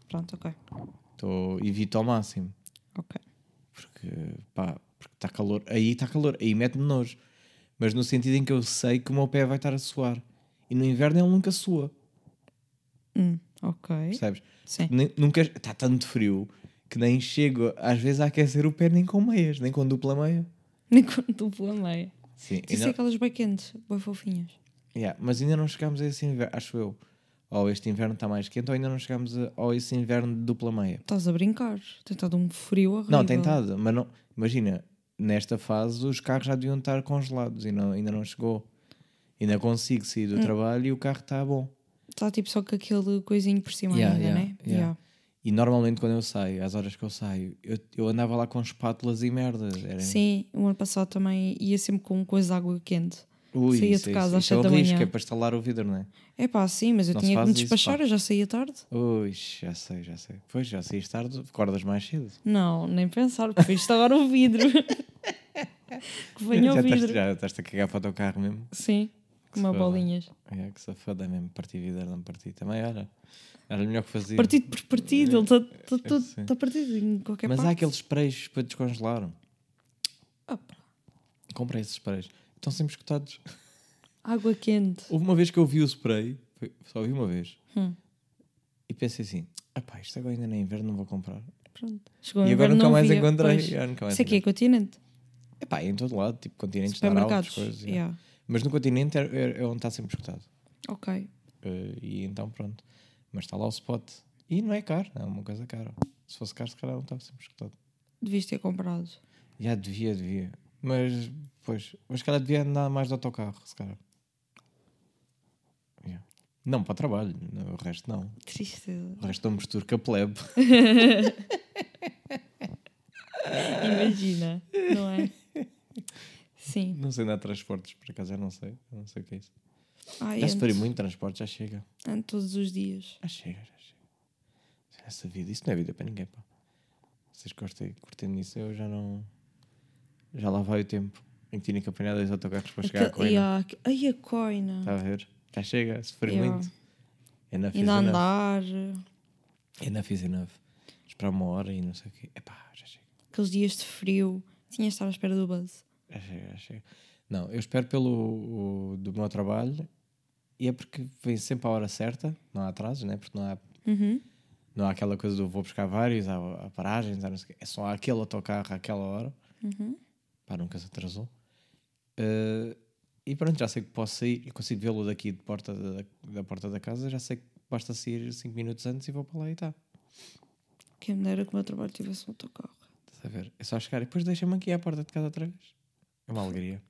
A: Pronto, ok.
B: Estou, evito ao máximo.
A: Ok.
B: porque pá, porque está calor, aí está calor, aí mete-me nojo. Mas no sentido em que eu sei que o meu pé vai estar a suar. E no inverno ele nunca sua,
A: Hum, ok.
B: percebes?
A: Sim.
B: Nem- nunca está tanto frio que nem chego às vezes a aquecer o pé nem com meias, nem com dupla meia.
A: Nem com dupla meia.
B: Sim,
A: Isso
B: ainda-
A: é aquelas bem quentes, bem fofinhas.
B: yeah, mas ainda não chegámos a esse inverno, acho eu. Ou este inverno está mais quente, ou ainda não chegámos a, a esse inverno de dupla meia.
A: Estás a brincar. Tem estado um frio horrível.
B: Não, tem estado, mas não. Imagina, nesta fase os carros já deviam estar congelados e não, ainda não chegou. Ainda consigo sair
A: Hum.
B: do trabalho e o carro está bom.
A: Está tipo só com aquele coisinho por cima
B: Yeah,
A: ainda,
B: yeah,
A: né?
B: yeah. E normalmente quando eu saio, às horas que eu saio, eu, eu andava lá com espátulas e merdas. Era,
A: Sim, o ano passado também ia sempre com coisa de água quente.
B: Ui,
A: saía de
B: isso-
A: casa às
B: isso é
A: sete
B: o
A: da
B: risco,
A: manhã.
B: é para estalar o vidro, não é?
A: É pá, sim, mas eu
B: Não se
A: tinha que
B: faz
A: me
B: isso,
A: despachar,
B: pá.
A: eu já saía tarde.
B: Ui, já sei, já sei. Pois, já saís tarde, acordas mais cedo.
A: Não, nem pensar, prefiro instalar o um vidro. que venha
B: já
A: o
B: estás,
A: vidro.
B: já estás a cagar para o teu carro mesmo.
A: Sim,
B: Que
A: com uma
B: se foda.
A: bolinhas.
B: É, que safada mesmo, parti vidro, não parti. Também era. Era melhor que fazia.
A: Partido por partido, ele tá, está- está
B: É, Sim.
A: está- está partido em qualquer
B: mas
A: parte.
B: há aqueles sprays para descongelar.
A: Ah, pá,
B: Comprei esses sprays. Estão sempre escutados.
A: água quente.
B: Houve uma vez que eu vi o spray, foi- só vi uma vez,
A: Hum.
B: e pensei assim: ah pá, isto agora ainda nem inverno, não vou comprar.
A: Pronto. Chegou
B: e
A: o
B: agora
A: inverno,
B: nunca
A: não
B: mais
A: via.
B: encontrei.
A: Pois.
B: Ah, nunca mais
A: Isso aqui é
B: encontrei.
A: continente.
B: Epá, em todo lado, tipo continentes,
A: Supermercados.
B: Supermercados, coisas. é. yeah.
A: yeah.
B: Mas no continente é, é- é onde está sempre escutado.
A: Ok.
B: Eh, e então pronto. Mas está lá o spot. E não é caro, não é uma coisa cara. Se fosse caro, se calhar não estava sempre escutado.
A: Devias ter comprado.
B: Já devia, devia. Mas, pois, mas se calhar devia andar mais de autocarro, se calhar. Yeah. Não, para o trabalho, não, o resto não.
A: Tristeza.
B: O resto é um misturo com a plebe.
A: Imagina, não é? Sim.
B: Não sei andar de transportes, por acaso, eu não sei. Eu não sei o que é isso.
A: Ai,
B: Já se faria
A: ando-
B: muito de transporte, já chega.
A: ando todos os dias.
B: Já chega, já chega. Essa vida, isso não é vida para ninguém, pá. Vocês curtem, curtem disso, eu já não. Já lá vai o tempo em que tinha que apanhar dois autocarros para chegar à
A: Aquele-
B: coina. Tá,
A: yeah, aque- Ai, a coina.
B: Está a ver? Já chega, se for
A: Yeah.
B: muito. é Enough is
A: Ainda
B: enough.
A: andar.
B: Enough is enough. Esperar uma hora e não sei o quê. Epá, já chega.
A: Aqueles dias de frio. Tinha de estar à espera do buzz.
B: Já chega, já chega. Não, eu espero pelo o- do meu trabalho e é porque vem sempre à hora certa, não há atrasos, né? Porque não há.
A: Uhum.
B: Não há aquela coisa do vou buscar vários, há, há paragens, há não sei o quê. É só aquele autocarro àquela hora. Pá, nunca se atrasou. Eh, e pronto, já sei que posso sair. Eu consigo vê-lo daqui de porta da, da porta da casa. Já sei que basta sair 5 minutos antes e vou para lá e tá. está.
A: Quem me dera que o meu trabalho tivesse um autocarro.
B: Estás a ver? É só chegar e depois deixa-me aqui à porta de casa outra vez. É uma alegria.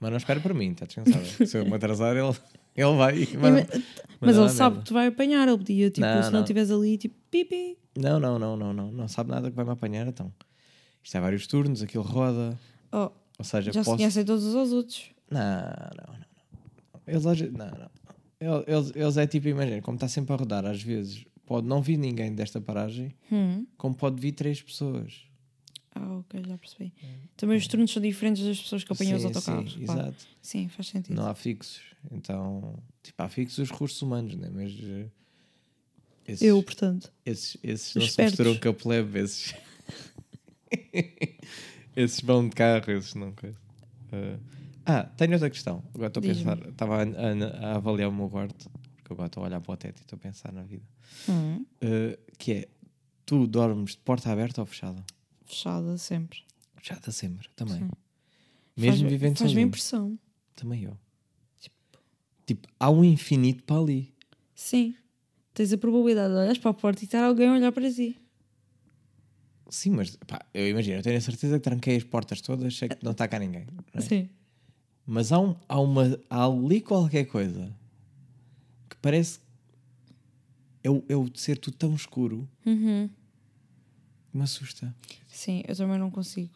B: Mas não espera por mim, está descansada. Se eu me atrasar, ele, ele vai. e manda-
A: Mas,
B: manda
A: ele
B: lá a
A: sabe que
B: merda.
A: tu vai apanhar, ele podia, tipo,
B: é Não,
A: se não
B: não.
A: estiveres ali, tipo, pipi.
B: Não, não, não, não, não. Não sabe nada que vai me apanhar, então. Isto é vários turnos, aquilo roda.
A: Oh,
B: Ou seja,
A: já se
B: posso.
A: conhecem todos os outros.
B: Não, não, não, não. Eles, às ve- não, não. Eles- Eles, eles é tipo, imagina, como está sempre a rodar, às vezes pode não vir ninguém desta paragem,
A: Hum.
B: como pode vir três pessoas.
A: Ah, ok, já percebi. Também os turnos são diferentes das pessoas que apanham os
B: Sim,
A: autocarros.
B: Sim,
A: claro.
B: exato.
A: Sim, faz sentido.
B: Não há fixos. Então, tipo, há fixos os recursos humanos, né? Mas. eh, Esses,
C: Eu, portanto.
B: Esses, esses
A: Os
B: não
A: espertos.
B: se misturam com a plebe, esses. esses vão de carro, esses não. coisa. Eh, ah, tenho outra questão. Agora estou a
A: Diz-me.
B: pensar, estava a, a- a avaliar o meu quarto, porque agora estou a olhar para o teto e estou a pensar na vida.
A: Hum.
B: Eh, que é: tu dormes de porta aberta ou fechada?
A: Fechada sempre.
B: Fechada sempre, também.
A: Sim.
B: Mesmo
A: Faz-
B: vivendo
A: Faz-me
B: sozinho.
A: impressão.
B: Também eu.
A: Tipo-
B: Tipo, há um infinito para ali.
A: Sim. Tens a probabilidade de olhares para a porta e estar alguém a olhar para ti.
B: Sim, mas pá, eu imagino, eu tenho a certeza que tranquei as portas todas, sei que não está cá ninguém. não é?
A: Sim.
B: Mas há, um, há, uma, há ali qualquer coisa que parece. É o, é o de ser tudo tão escuro
A: Uhum.
B: que me assusta.
A: Sim, eu também não consigo.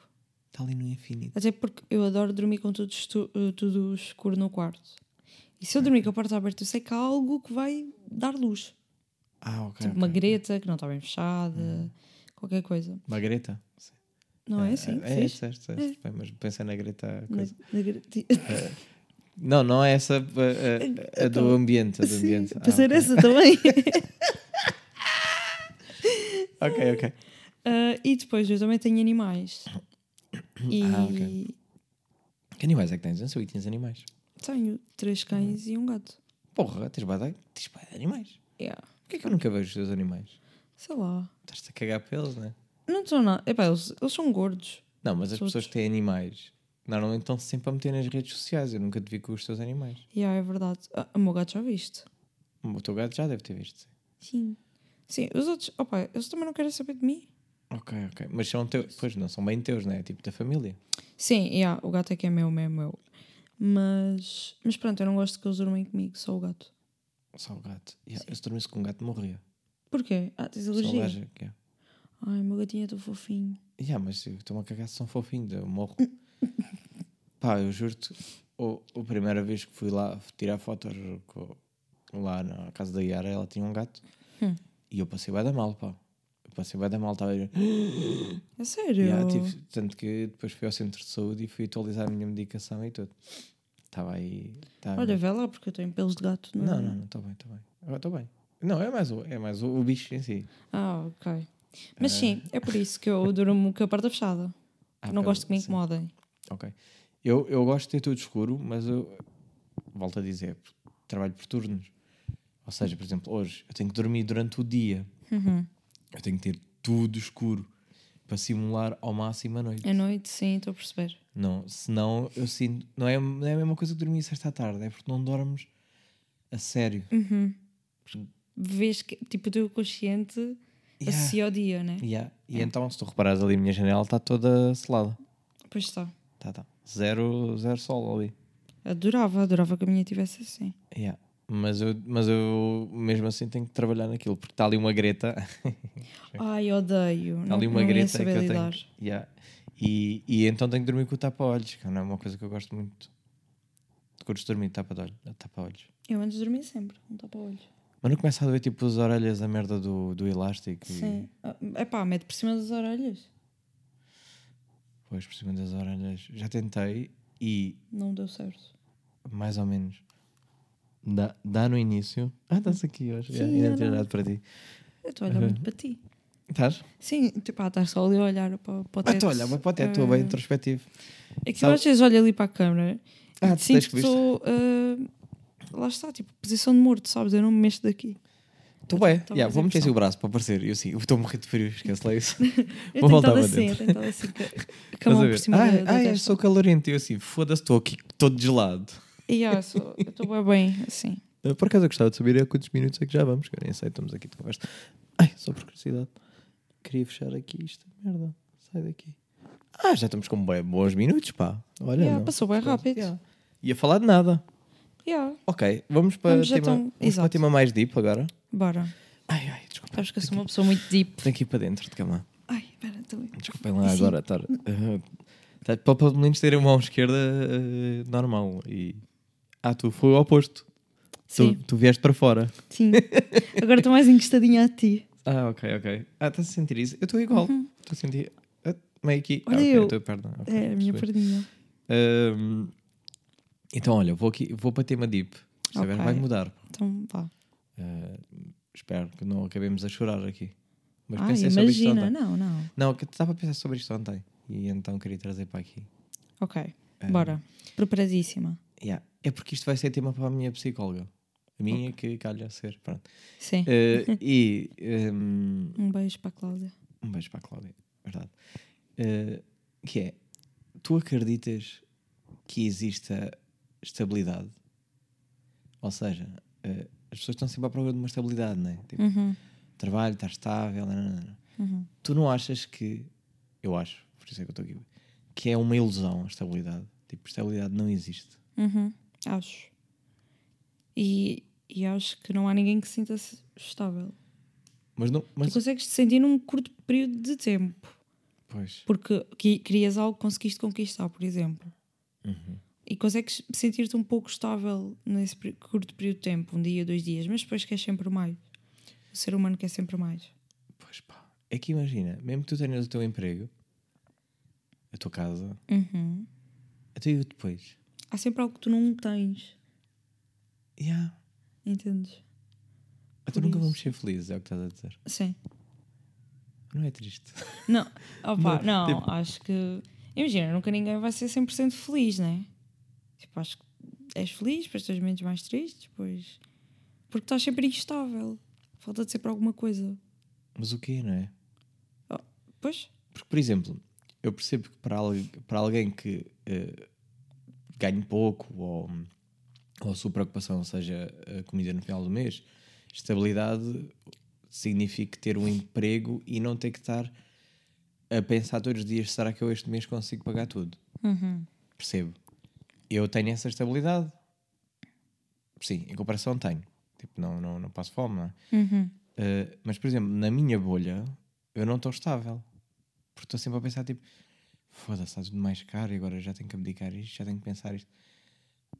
B: Está ali no infinito.
A: Até porque eu adoro dormir com tudo, estu- eh, tudo escuro no quarto. E se eu dormir com a porta aberta, eu sei que há algo que vai dar luz.
B: Ah, ok.
A: Tipo
B: ok.
A: uma greta que não está bem fechada, qualquer coisa.
B: Uma greta? Sim.
A: Não é assim?
B: É, é,
A: fixe?
B: certo, certo. Bem, mas pensei na greta.
A: Na-
B: Coisa.
A: na greti-
B: Não, não é essa. A, a- a do ambiente. A do
A: Então, Sim,
B: ambiente. Ah,
A: Passei
B: ok.
A: nessa também.
B: Ok, ok.
A: Ah, e depois eu também tenho animais. E
B: Ah, ok. Que animais é que tens? Não sei o que tens animais.
A: tenho três cães e um gato.
B: Porra, tens badai? Tens badai de animais.
A: Yeah.
B: Porquê que eu nunca vejo os teus animais?
A: Sei lá.
B: Estás-te a cagar pelos, né?
A: Não são nada. Epá, eles, eles são gordos.
B: Não, mas as
A: Todos.
B: pessoas que têm animais normalmente estão sempre a meter nas redes sociais. Eu nunca te vi com os teus animais.
A: Yeah, é verdade. Ah, o meu gato já viste.
B: O teu gato já deve ter visto.
A: Sim.
B: sim.
A: Sim, os outros. Opa, eles também não querem saber de mim.
B: Ok, ok. Mas são teus. Pois não, são bem teus, né? É tipo da família.
A: Sim, yeah, o gato é que é meu, meu, meu. Mas, mas pronto, eu não gosto que eles dormem comigo, só o gato.
B: Só o gato. Yeah, eu se dormisse com um gato morria.
A: Porquê? Ah, tens
B: Sou
A: alergia?
B: alérgico. Yeah.
A: Ai, o meu gatinho é tão fofinho.
B: Yeah, mas eu estou-me a cagar se são fofinhos. Eu morro. Pá, eu juro-te. o- A primeira vez que fui lá tirar fotos co- lá na casa da Yara, ela tinha um gato.
A: Hum.
B: E eu passei bem da mal, pá. Eu passei bem da mal. Estava a ir...
A: É sério?
B: Yeah, tive- tanto que depois fui ao centro de saúde e fui atualizar a minha medicação e tudo. Estava aí. estava-
A: Olha, vê lá, porque eu tenho pelos de gato, não é?
B: não, não, não, estou bem, estou bem. Agora estou bem. Não, é mais, o, é mais o, o bicho em si.
A: Ah, ok. Mas sim, é por isso que eu durmo com a porta fechada.
B: Eh. Ah,
A: não
B: pelo-
A: gosto que me
B: sim.
A: incomodem.
B: Ok. Eu, eu gosto de ter tudo escuro, mas eu. Volto a dizer, trabalho por turnos. Ou seja, por exemplo, hoje eu tenho que dormir durante o dia. Eu tenho que ter tudo escuro para simular ao máximo a noite.
A: À noite, sim, estou a perceber.
B: Não, senão eu sinto. Não é, não é a mesma coisa que dormir sexta à tarde, é porque não dormes a sério.
A: Vês que, tipo, o teu consciente
B: Yeah.
A: associa ao dia, né?
B: Yeah. E então, se tu reparares ali, a minha janela está toda selada.
A: Pois está.
B: Tá, tá. Zero, zero sol ali.
A: Adorava, adorava que a minha tivesse assim.
B: Yeah. Mas, eu, mas eu mesmo assim tenho que trabalhar naquilo, porque está ali uma greta.
A: Ai, odeio.
B: Está
A: Não,
B: ali uma
A: não ia
B: greta que
A: saber
B: eu tenho.
A: lidar.
B: Yeah. E, e então tenho que dormir com o tapa-olhos, que não é uma coisa que eu gosto muito. Curtes dormir de tapa de olho- tapa-olhos.
A: Eu antes dormia sempre, não tapa olho.
B: Mas não começa a doer tipo as orelhas, a merda do, do elástico. e-
A: Sim. É pá, mete por cima das orelhas.
B: Pois, por cima das orelhas. Já tentei e
A: Não deu certo.
B: mais ou menos dá, dá no início. Ah, estás aqui hoje.
A: Sim,
B: Yeah, ainda não
A: era.
B: tinha dado para ti.
A: Eu estou a
B: Uhum.
A: olhar muito para ti.
B: Estás?
A: Sim, tipo, ah, estás só ali a olhar para, para o teto.
B: Ah, estou a olhar mas para o teto, estou
A: Ah,
B: bem introspectivo.
A: É que eu
B: Sabe-
A: às vezes olho ali para a câmera
B: Ah,
A: e
B: tu
A: sinto
B: tens
A: que
B: que viste.
A: estou. ah, lá está, tipo, posição de morto, sabes? Eu não me mexo daqui.
B: Estou bem.
A: Estava
B: Yeah,
A: a fazer
B: vou mexer assim
A: pressão.
B: o braço para aparecer. E eu assim, eu estou a morrer de frio, esquece lá isso.
A: Eu
B: Vou
A: tenho
B: voltar
A: estado
B: para
A: assim, eu
B: dentro.
A: tenho estado assim. com- Com a
B: Estás a
A: mão
B: ver? Ah, é.
A: por cima
B: ai,
A: da, da
B: ai, eu
A: testa.
B: sou calorento. E eu assim, foda-se, estou aqui todo gelado.
A: E ah, eu sou- eu estou bem bem, assim.
B: Uh, Por acaso eu gostava de saber há quantos minutos é que já vamos, que eu nem sei, estamos aqui de conversa. Ai, só por curiosidade. Queria fechar aqui isto, merda. Sai daqui. Ah, já estamos com bem, bons minutos, pá. Olha.
A: Yeah, um
B: não.
A: passou bem rápido.
B: Yeah. Ia falar de nada.
A: Yeah,
B: Ok, vamos para
A: Vamos já
B: tema,
A: tão-
B: vamos para o
A: exato.
B: tema mais deep agora.
A: Bora.
B: Ai, ai, desculpa.
A: Acho que eu sou uma pessoa muito deep.
B: Tenho que ir para dentro de cama.
A: Ai, espera, também.
B: Desculpem lá agora estar. ah, tá- para pelo menos terem uma mão esquerda ah, normal. E... Ah, tu foi o oposto. Tu,
A: Sim,
B: tu vieste para fora.
A: sim. Agora estou mais encostadinha a ti.
B: Ah, ok, ok. Ah, estás a sentir isso? Eu estou igual. Estou a sentir. ah, meio aqui.
A: Uhum. Olha
B: ah, ok,
A: eu.
B: a tua perna. ok,
A: É a minha
B: percebi.
A: perdinha.
B: Ahm, então, olha, vou, aqui, vou para tema deep. Isto agora
A: Ok.
B: vai mudar.
A: Então, vá.
B: Ah, espero que não acabemos a chorar aqui. Mas
A: Ah,
B: pensei sobre isto
A: imagina.
B: ontem.
A: Não, não.
B: Não, que estava a pensar sobre isto ontem. E então queria trazer para aqui.
A: Ok,
B: Ah,
A: bora. Preparadíssima.
B: yeah. É porque isto vai ser tema para a minha psicóloga. A minha que calha a ser. Pronto.
A: Sim.
B: Ah, e. ahm,
A: Um beijo para a Cláudia.
B: Um beijo para a Cláudia, verdade. Eh, que é, tu acreditas que exista estabilidade? Ou seja, eh, as pessoas estão sempre à procura de uma estabilidade, não é? Tipo,
A: Uhum.
B: trabalho, estar estável, não, não, não.
A: Uhum.
B: Tu não achas que, eu acho, por isso é que eu estou aqui, que é uma ilusão a estabilidade? Tipo, estabilidade não existe.
A: Uhum, Acho. E, e acho que não há ninguém que se sinta-se estável.
B: Mas não,
A: Tu
B: mas,
A: consegues te sentir num curto período de tempo.
B: pois,
A: Porque que- querias algo que conseguiste conquistar, por exemplo. E consegues sentir-te um pouco estável nesse peri- curto período de tempo, um dia, dois dias, mas depois queres sempre mais. O ser humano quer sempre mais.
B: pois pá. É que imagina, mesmo que tu tenhas o teu emprego, a tua casa,
A: Uhum.
B: até eu depois.
A: Há sempre algo que tu não tens,
B: Yeah.
A: entendes?
B: Então
A: Por
B: nunca
A: isso.
B: vamos ser felizes, é o que estás a dizer.
A: Sim.
B: Não é triste.
A: Não, opa, não,
B: tipo-
A: acho que. Imagina, nunca ninguém vai ser 100% feliz, né? Tipo, acho que és feliz, depois tens momentos mais tristes, depois. Porque estás sempre instável. Falta de sempre alguma coisa.
B: Mas o quê, não é?
A: Pois?
B: Porque, por exemplo, eu percebo que para, algu- para alguém que eh, ganhe pouco ou, ou a sua preocupação seja a comida no final do mês, estabilidade significa ter um emprego e não ter que estar a pensar todos os dias: será que eu este mês consigo pagar tudo? Percebo. Eu tenho essa estabilidade. Sim, em comparação tenho. Tipo, não, não, não passo fome, não é? Uh, mas, por exemplo, na minha bolha, eu não estou estável. Porque estou sempre a pensar, tipo, foda-se, está tudo mais caro e agora já tenho que abdicar isto, já tenho que pensar isto.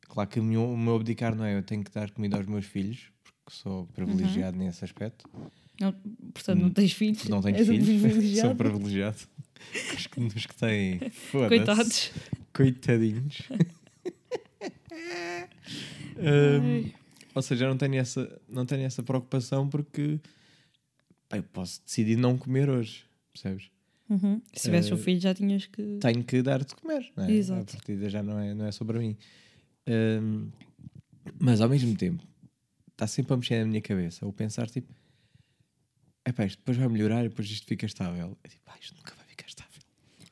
B: Claro que o meu, o meu abdicar não é, eu tenho que dar comida aos meus filhos, porque sou privilegiado
A: Uhum.
B: nesse aspecto.
A: Não, portanto, não tens filhos.
B: Hum. Não tenho
A: És um
B: filhos, sou
A: privilegiado.
B: privilegiado. Os que, os que têm, foda-se.
A: Coitados.
B: Coitadinhos. Hum, ou seja, eu não tenho essa, não tenho essa preocupação porque pá, eu posso decidir não comer hoje, percebes?
A: Uhum. Se tivesse
B: Eh,
A: um filho, já tinhas que.
B: Tenho que dar de comer, não é?
A: Exato.
B: A partida já não é, não é sobre mim. Hum, mas ao mesmo tempo, está sempre a mexer na minha cabeça ou pensar tipo, é pá, isto depois vai melhorar e depois isto fica estável. É tipo, "Ah, isto nunca vai ficar estável.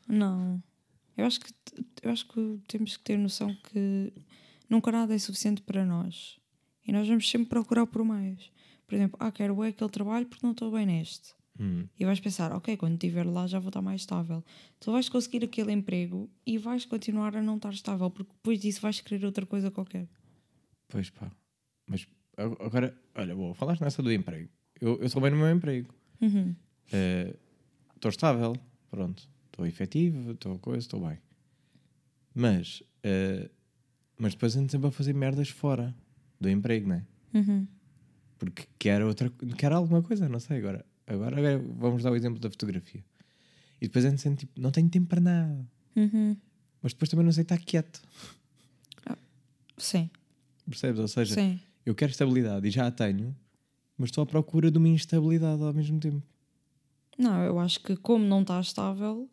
A: Não. Eu acho, que, t- eu acho que temos que ter noção que nunca nada é suficiente para nós. E nós vamos sempre procurar por mais. Por exemplo, ah, quero é aquele trabalho porque não estou bem neste.
B: Hum,
A: E vais pensar, ok, quando estiver lá já vou estar mais estável. Tu vais conseguir aquele emprego e vais continuar a não estar estável, porque depois disso vais querer outra coisa qualquer.
B: Pois pá. Mas a- agora, olha, boa, falaste nessa do emprego. Eu, eu sou bem no meu emprego. Estou estável, pronto. Estou efetivo, estou coisa, estou bem. Mas, eh, mas depois ando sempre a fazer merdas fora do emprego, não é?
A: Uhum.
B: Porque quero, outra, quero alguma coisa, não sei agora. Agora, agora vamos dar o exemplo da fotografia. E depois ando sempre tipo, não tenho tempo para nada. Mas depois também não sei estar quieto.
A: Sim,
B: Percebes? Ou seja,
A: sim.
B: eu quero estabilidade e já a tenho, mas estou à procura de uma instabilidade ao mesmo tempo.
A: Não, eu acho que como não está estável,
B: no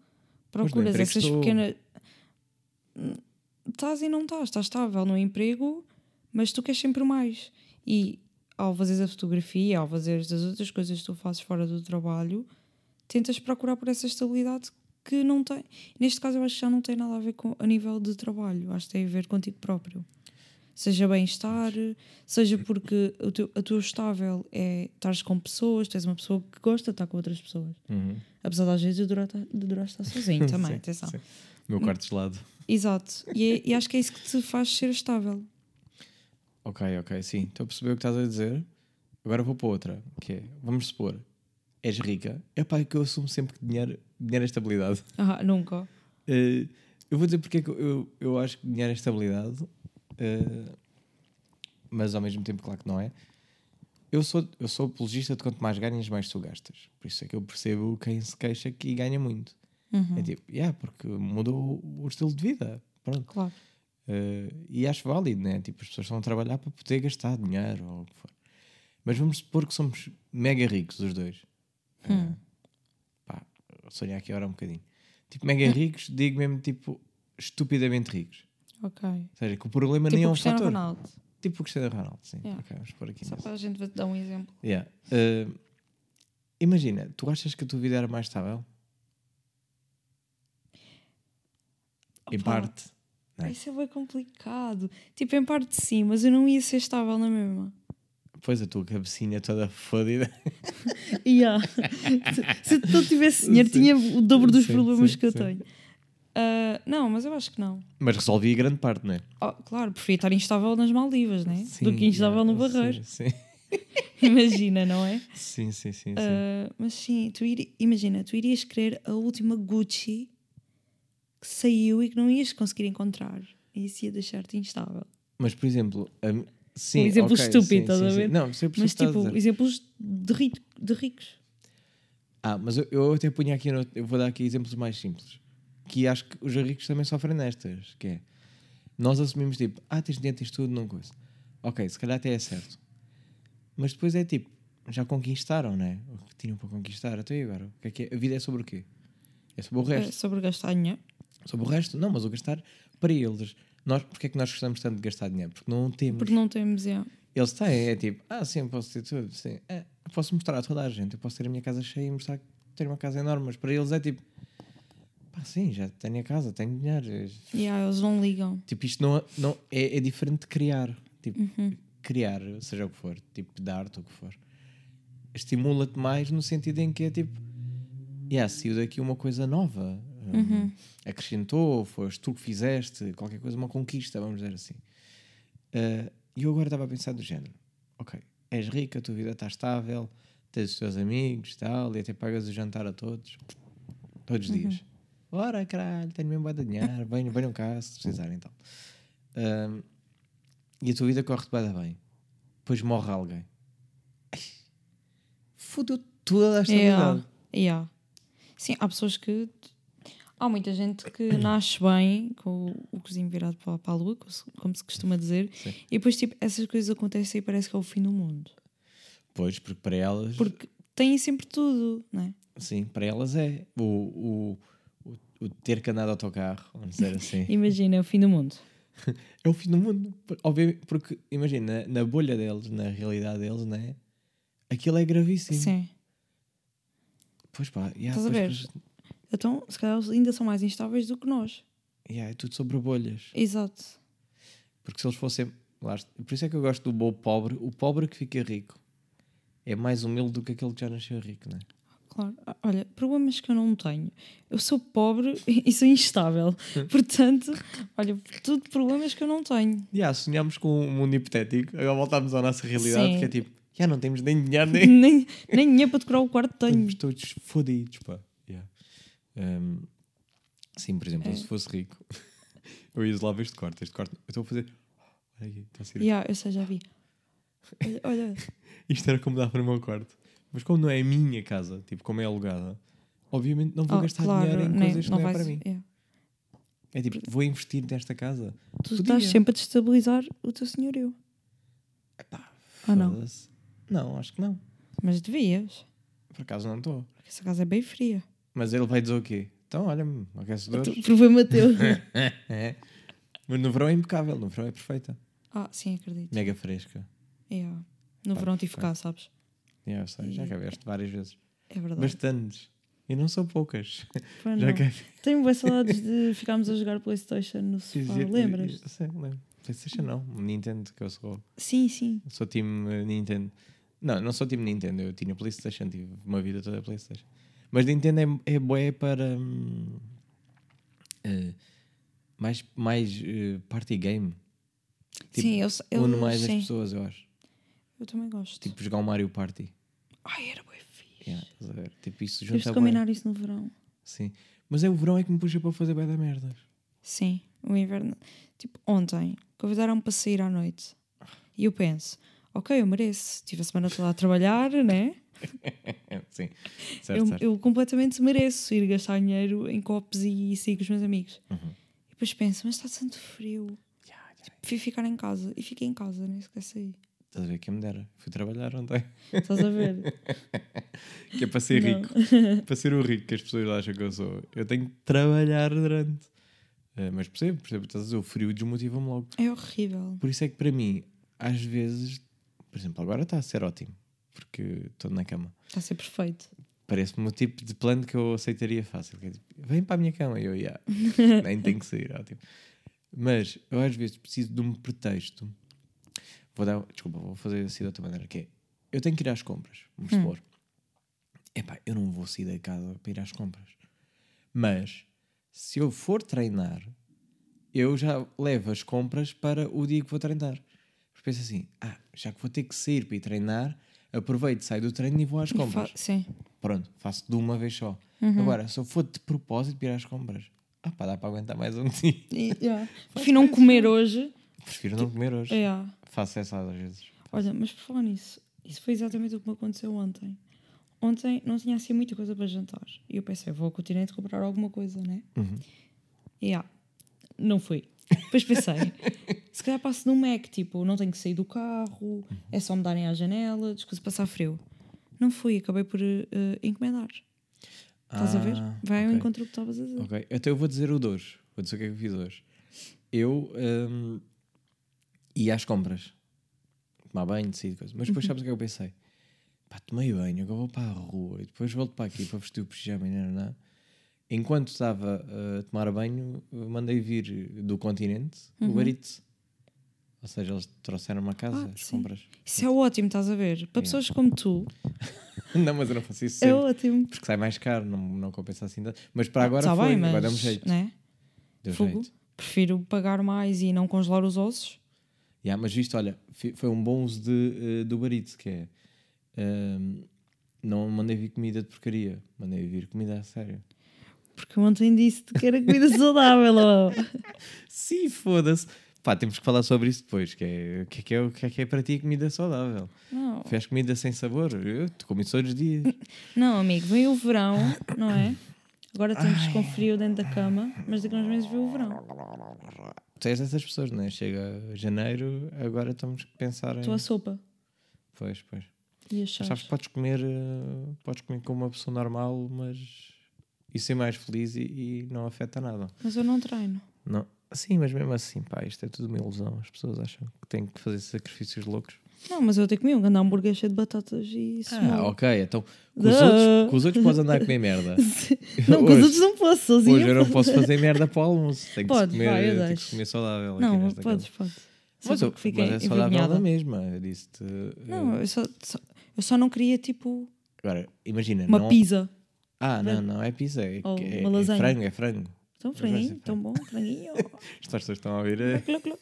A: procuras
B: emprego
A: essas
B: estou.
A: pequenas. Estás e não estás, estás estável no emprego, mas tu queres sempre mais. E ao fazeres a fotografia, ao fazeres as outras coisas que tu fazes fora do trabalho, tentas procurar por essa estabilidade que não tem. Neste caso, eu acho que já não tem nada a ver com a nível de trabalho, acho que tem a ver contigo próprio. Seja bem-estar, seja porque o teu, a tua estável é estares com pessoas, tu és uma pessoa que gosta de estar com outras pessoas.
B: Uhum.
A: Apesar de às vezes eu adorar estar- de adorar estar sozinho também,
B: Sim,
A: atenção.
B: sim. Meu quarto gelado.
A: Exato. E, é- e acho que é isso que te faz ser estável.
B: Ok, ok, sim. Estou a perceber o que estás a dizer. Agora vou para outra, que é, vamos supor, és rica. É pá, que eu assumo sempre que dinheiro, dinheiro é estabilidade.
A: Ah, nunca.
B: Eh, eu vou dizer porque é que eu, eu acho que dinheiro é estabilidade, eh, mas ao mesmo tempo, claro que não é. Eu sou, eu sou apologista de quanto mais ganhas, mais tu gastas. Por isso é que eu percebo quem se queixa que ganha muito. É tipo, yeah, porque mudou o estilo de vida. Pronto.
A: Claro.
B: Eh, e acho válido, né? Tipo, as pessoas estão a trabalhar para poder gastar dinheiro ou o que for. Mas vamos supor que somos mega ricos, os dois.
A: Hum.
B: Eh, pá, sonhar aqui agora um bocadinho. Tipo,
A: Hum.
B: mega ricos, digo mesmo, tipo, estupidamente ricos.
A: Ok.
B: Ou seja, que o problema nem
A: tipo
B: é
A: o
B: um
A: Cristiano
B: fator.
A: Ronaldo.
B: Tipo o Cristiano Ronaldo, sim.
A: Yeah.
B: Ok, vamos pôr aqui.
A: Só
B: nisso.
A: para a gente dar um exemplo.
B: Yeah. Eh, imagina, tu achas que a tua vida era mais estável? Em
A: Opa.
B: parte. Não é?
A: Isso é bem complicado. Tipo, em parte sim, mas eu não ia ser estável na mesma.
B: Pois a tua cabecinha toda fodida.
A: Yeah. se, se tu tivesse dinheiro,
B: Sim.
A: tinha o dobro dos
B: Sim,
A: problemas
B: sim,
A: que eu
B: sim.
A: tenho. Ah, não, mas eu acho que não.
B: Mas resolvi grande parte, não é?
A: Oh, claro, preferia estar instável nas Maldivas, né?
B: Sim,
A: Do que instável
B: yeah,
A: no Barreiro.
B: Sim, sim,
A: Imagina, não é?
B: sim, sim. sim, sim.
A: Ah, mas sim, tu iri- imagina, tu irias querer a última Gucci que saiu e que não ias conseguir encontrar. E isso ia deixar-te instável.
B: Mas, por exemplo, a mi- sim,
A: Um exemplo
B: ok,
A: estúpido,
B: sim,
A: estás
B: sim,
A: a
B: sim.
A: ver?
B: Não, percebo o que
A: Mas
B: estás a
A: tipo,
B: dizer.
A: exemplos de, ri- de ricos.
B: Ah, mas eu, eu até punha aqui, no- eu vou dar aqui exemplos mais simples. Que acho que os ricos também sofrem nestas. Que é, nós assumimos tipo, ah, tens dinheiro, tens tudo, não coisa. Ok, se calhar até é certo. Mas depois é tipo, já conquistaram, não é? O que tinham para conquistar, até agora. O que é que é? A vida é sobre o quê? É sobre o resto.
A: É, sobre gastar dinheiro.
B: Sobre o resto, não, mas o gastar para eles. Nós, porque é que nós gostamos tanto de gastar dinheiro? Porque não temos.
A: Porque não temos. É.
B: Eles têm, é tipo, ah, sim, eu posso ter tudo, sim. Ah, eu posso mostrar a toda a gente, eu posso ter a minha casa cheia e mostrar que tenho uma casa enorme, mas para eles é tipo, pá, sim, já tenho a casa, tenho dinheiro.
A: Yeah, eles não ligam.
B: Tipo, isto não, não é, é diferente de criar. Tipo,
A: Uhum.
B: criar, seja o que for, tipo, de arte, o que for, estimula-te mais no sentido em que é tipo, yeah, saiu daqui uma coisa nova, hum, acrescentou, foste tu que fizeste, qualquer coisa, uma conquista, vamos dizer assim. Ah, E eu agora estava a pensar do género: ok, és rica, a tua vida está estável, tens os teus amigos tal, e até pagas o jantar a todos, todos os dias. Ora, caralho, tenho mesmo bué de dinheiro, venham, venham cá se precisarem então. Ah, e a tua vida corre-te bué de bem. Depois morre alguém. Ai, Fudeu toda a estabilidade.
A: Yeah, yeah. Sim, há pessoas que. Há muita gente que nasce bem com o- o cozinho virado para, para a lua, como se- como se costuma dizer, e depois, tipo, essas coisas acontecem e parece que é o fim do mundo.
B: Pois, porque para elas.
A: Porque têm sempre tudo, né?
B: Sim, para elas é. O, o, o, o ter que andar de autocarro, vamos dizer assim.
A: Imagina, é o fim do mundo.
B: é o fim do mundo. Por- obviamente, Porque, imagina, na, na bolha deles, na realidade deles, né? Aquilo é gravíssimo.
A: Sim.
B: Pois pá, yeah,
A: Estás a
B: pois,
A: ver?
B: pois,
A: Então, se calhar, eles ainda são mais instáveis do que nós.
B: yeah, é tudo sobre bolhas.
A: Exato.
B: Porque se eles fossem. lá está- Por isso é que eu gosto do bom pobre. O pobre que fica rico é mais humilde do que aquele que já nasceu rico, né?
A: Claro. Ah, Olha, problemas que eu não tenho. Eu sou pobre e sou instável. Portanto, olha, tudo problemas que eu não tenho.
B: Yeah, sonhámos com um mundo hipotético, agora voltámos à nossa realidade,
A: Sim.
B: que é tipo, já não temos nem dinheiro, nem.
A: Nem, nem dinheiro para decorar o quarto tenho.
B: Estamos todos fodidos, pá. Yeah. Um, sim, por
A: É.
B: exemplo, eu se fosse rico, eu ia isolava este corte. Este corte, eu estou a fazer. Olha aqui, está a ser-
A: Yeah, eu sei, já vi. Olha, olha,
B: Isto era como dá para o meu quarto. Mas como não é a minha casa, tipo, como é alugada, obviamente não vou
A: Ah,
B: gastar
A: claro,
B: dinheiro em
A: né,
B: coisas que não, é
A: vais-
B: para mim.
A: yeah.
B: É tipo, vou investir nesta casa.
A: Tu estás sempre a destabilizar o teu senhorio. Ou Ah, não?
B: Foda-se. Não, acho que não.
A: Mas devias.
B: Por acaso não estou.
A: porque Essa casa é bem fria. É
B: Mas ele vai dizer o quê? Então, olha-me, aquecedores.
A: Tu- Problema teu.
B: É. Mas no verão é impecável, no verão é perfeita.
A: ah, sim, acredito.
B: Mega fresca.
A: Yeah. No
B: Pá,
A: verão tive cá, sabes?
B: Yeah, eu sei, já caveste várias vezes.
A: É verdade.
B: Bastantes. E não são poucas.
A: Pá,
B: Já
A: Ah,
B: é-
A: não.
B: cavei.
A: Tenho boas saudades de ficarmos a jogar Playstation no sofá, lembras?
B: Sim, lembro. PlayStation não. Nintendo, que eu sou.
A: Sim, sim.
B: Sou time eh, Nintendo. Não, não sou time Nintendo. Eu tinha PlayStation, tive uma vida toda PlayStation. Mas Nintendo é, é bué para. hum, eh, mais mais eh, party game. Tipo,
A: sim, eu, s- eu,
B: une mais
A: sim.
B: as pessoas, eu acho.
A: eu também gosto.
B: Tipo, jogar um Mario Party.
A: Ai, era bem fixe.
B: Yeah, estás a ver? Tipo, isso
A: Temos
B: junta
A: de
B: bué.
A: combinar isso no verão.
B: Sim. Mas é o verão é que me puxa para fazer bué da merda.
A: Sim, o inverno. Tipo, ontem convidaram-me para sair à noite. E eu penso, ok, eu mereço. Tive a semana toda a trabalhar, né?
B: É, Sim. Certo,
A: Eu,
B: certo.
A: eu completamente mereço ir gastar dinheiro em copos e sair com os meus amigos.
B: Uhum.
A: E depois penso, mas está tanto frio.
B: Yeah, yeah.
A: Prefiro ficar em casa. E fiquei em casa, nem sequer saí.
B: Estás a ver? Quem me dera. Fui trabalhar ontem.
A: Estás a ver?
B: Que é para ser
A: Não.
B: rico. para ser o rico que as pessoas acham que eu sou. Eu tenho que trabalhar durante. Eh, mas percebo, percebo. Estás a dizer, o frio desmotiva-me logo.
A: É horrível.
B: Por isso é que para mim, às vezes, por exemplo, agora está a ser ótimo. Porque estou na cama.
A: Está a ser perfeito.
B: Parece-me o tipo de plano que eu aceitaria fácil. Que é tipo, vem para a minha cama. E eu, yeah. Nem tenho que sair, é ótimo. Mas eu às vezes preciso de um pretexto. Vou dar, desculpa, vou fazer assim de outra maneira, que é, eu tenho que ir às compras, vamos
A: Hum.
B: supor. Epá, eu não vou sair da casa para ir às compras. Mas, se eu for treinar, eu já levo as compras para o dia que vou treinar. Porque penso assim, ah, já que vou ter que sair para ir treinar, aproveito, saio do treino e vou às
A: E fa-
B: compras.
A: Sim.
B: Pronto, faço de uma vez só.
A: Uhum.
B: Agora, se eu for de propósito para ir às compras, ah pá, dá para aguentar mais um dia.
A: E, yeah. Prefiro não comer hoje. É,
B: Prefiro
A: Tipo,
B: não comer hoje.
A: Yeah.
B: Faço essa às vezes.
A: Olha, mas por falar nisso, isso foi exatamente o que me aconteceu ontem. Ontem não tinha assim muita coisa para jantar. E eu pensei, vou ao continente comprar alguma coisa, né?
B: Uhum.
A: E ah, não fui. Depois pensei, se calhar passo num Mac, tipo, não tenho que sair do carro,
B: Uhum.
A: é só me darem à janela, desculpa passar frio. Não fui, acabei por eh, encomendar. Estás a ver?
B: Ah,
A: Vai ao
B: ok.
A: encontro do que estavas a dizer.
B: Ok, então eu vou dizer o de hoje. Vou dizer o que é que eu fiz hoje. Eu hum, ia às compras. Tomar banho, decido coisas. Mas
A: Uhum.
B: depois sabes o que é que eu pensei? Pá, tomei banho, agora vou para a rua e depois volto para aqui para vestir o pijama e nananá. Enquanto estava uh, a tomar banho, eu mandei vir do continente o barito. Ou seja, eles trouxeram-me a casa
A: Uhum. Ah,
B: as
A: sim.
B: compras.
A: Isso é ótimo, estás a ver? Para pessoas como tu,
B: não, mas eu não faço isso
A: é
B: sempre.
A: ótimo.
B: Porque sai mais caro, não, não compensa assim tanto. Mas para agora
A: Está
B: foi,
A: Ah, tá bem,
B: agora
A: mas.
B: deu-me jeito.
A: Né?
B: Deu
A: Fogo.
B: jeito.
A: Prefiro pagar mais e não congelar os ossos.
B: Yeah, mas visto, olha, fi- foi um bom uso de, eh, do barito, que é. ehm, não mandei vir comida de porcaria, mandei vir comida a sério.
A: Porque eu ontem disse-te que era comida saudável. ó.
B: Sim, foda-se. Pá, temos que falar sobre isso depois, que é o que é, que é, o que é, que é para ti comida saudável.
A: Não.
B: Fez comida sem sabor, eu te comi todos os dias.
A: não, amigo, veio o verão, não é? Agora estamos com frio dentro da cama, mas daqui a uns meses veio o verão.
B: tu és dessas pessoas, não é? Chega janeiro, agora estamos a pensar em.
A: Estou à sopa
B: Pois, pois.
A: e a
B: Mas
A: chaves.
B: sabes, podes comer, eh, podes comer como uma pessoa normal, mas. e ser mais feliz e- e não afeta nada.
A: Mas eu não treino.
B: Não. Sim, mas mesmo assim, pá, isto é tudo uma ilusão. As pessoas acham que têm que fazer sacrifícios loucos.
A: Não, mas eu até comi um grande hambúrguer cheio de batatas e isso.
B: Ah, ok. Então, com os,
A: Duh.
B: outros, com os outros podes andar a comer merda.
A: Não, com os
B: Hoje-
A: outros não posso, sozinho.
B: Hoje eu não posso fazer merda para o almoço. Tenho que, se
A: Podes,
B: comer,
A: vai, eu
B: tenho que
A: deixo.
B: se comer saudável. aqui
A: Não,
B: nesta
A: podes,
B: casa.
A: podes. Só
B: Mas, eu-
A: porque fiquei
B: mas é saudável
A: envergonhada.
B: da mesma. Eu disse-te. eh,
A: Não, eu só, só- eu só não queria tipo
B: Agora, imagina.
A: uma
B: não,
A: pizza.
B: Ah, não, não é pizza. É,
A: Ou
B: é-
A: uma
B: é
A: lasanha.
B: frango, é frango.
A: Tão
B: vai
A: Então,
B: ser
A: franguinho, tão bom, franguinho.
B: Estas pessoas estão a ouvir. É,
A: Clu, clu.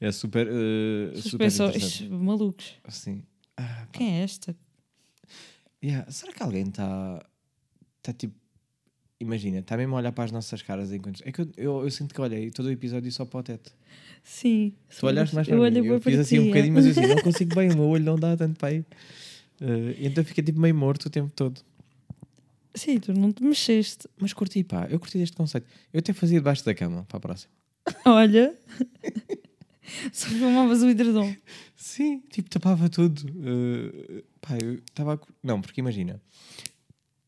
B: é super. eh,
A: As
B: super
A: pessoas,
B: interessante.
A: "Ixi, malucos.
B: Sim. Ah, pá.
A: Quem é esta?
B: Yeah, Será que alguém está. Está tipo. Imagina, está mesmo a olhar para as nossas caras enquanto. É que eu, eu, eu sinto que olhei todo o episódio é só para o teto.
A: Sim.
B: Tu olhaste mais para
A: eu
B: mim.
A: olhei bué
B: Eu fiz
A: para
B: assim um
A: ti, é.
B: bocadinho, mas eu assim, não consigo bem, o meu olho não dá tanto para aí. Eh, então eu fiquei tipo meio morto o tempo todo.
A: Sim, tu não te mexeste.
B: Mas curti, pá, eu curti este conceito. Eu até fazia debaixo da cama, para a próxima.
A: Olha. Só filmavas o hidredom.
B: Sim, tipo, tapava tudo. Eh, pá, eu estava a... cu- Não, porque imagina,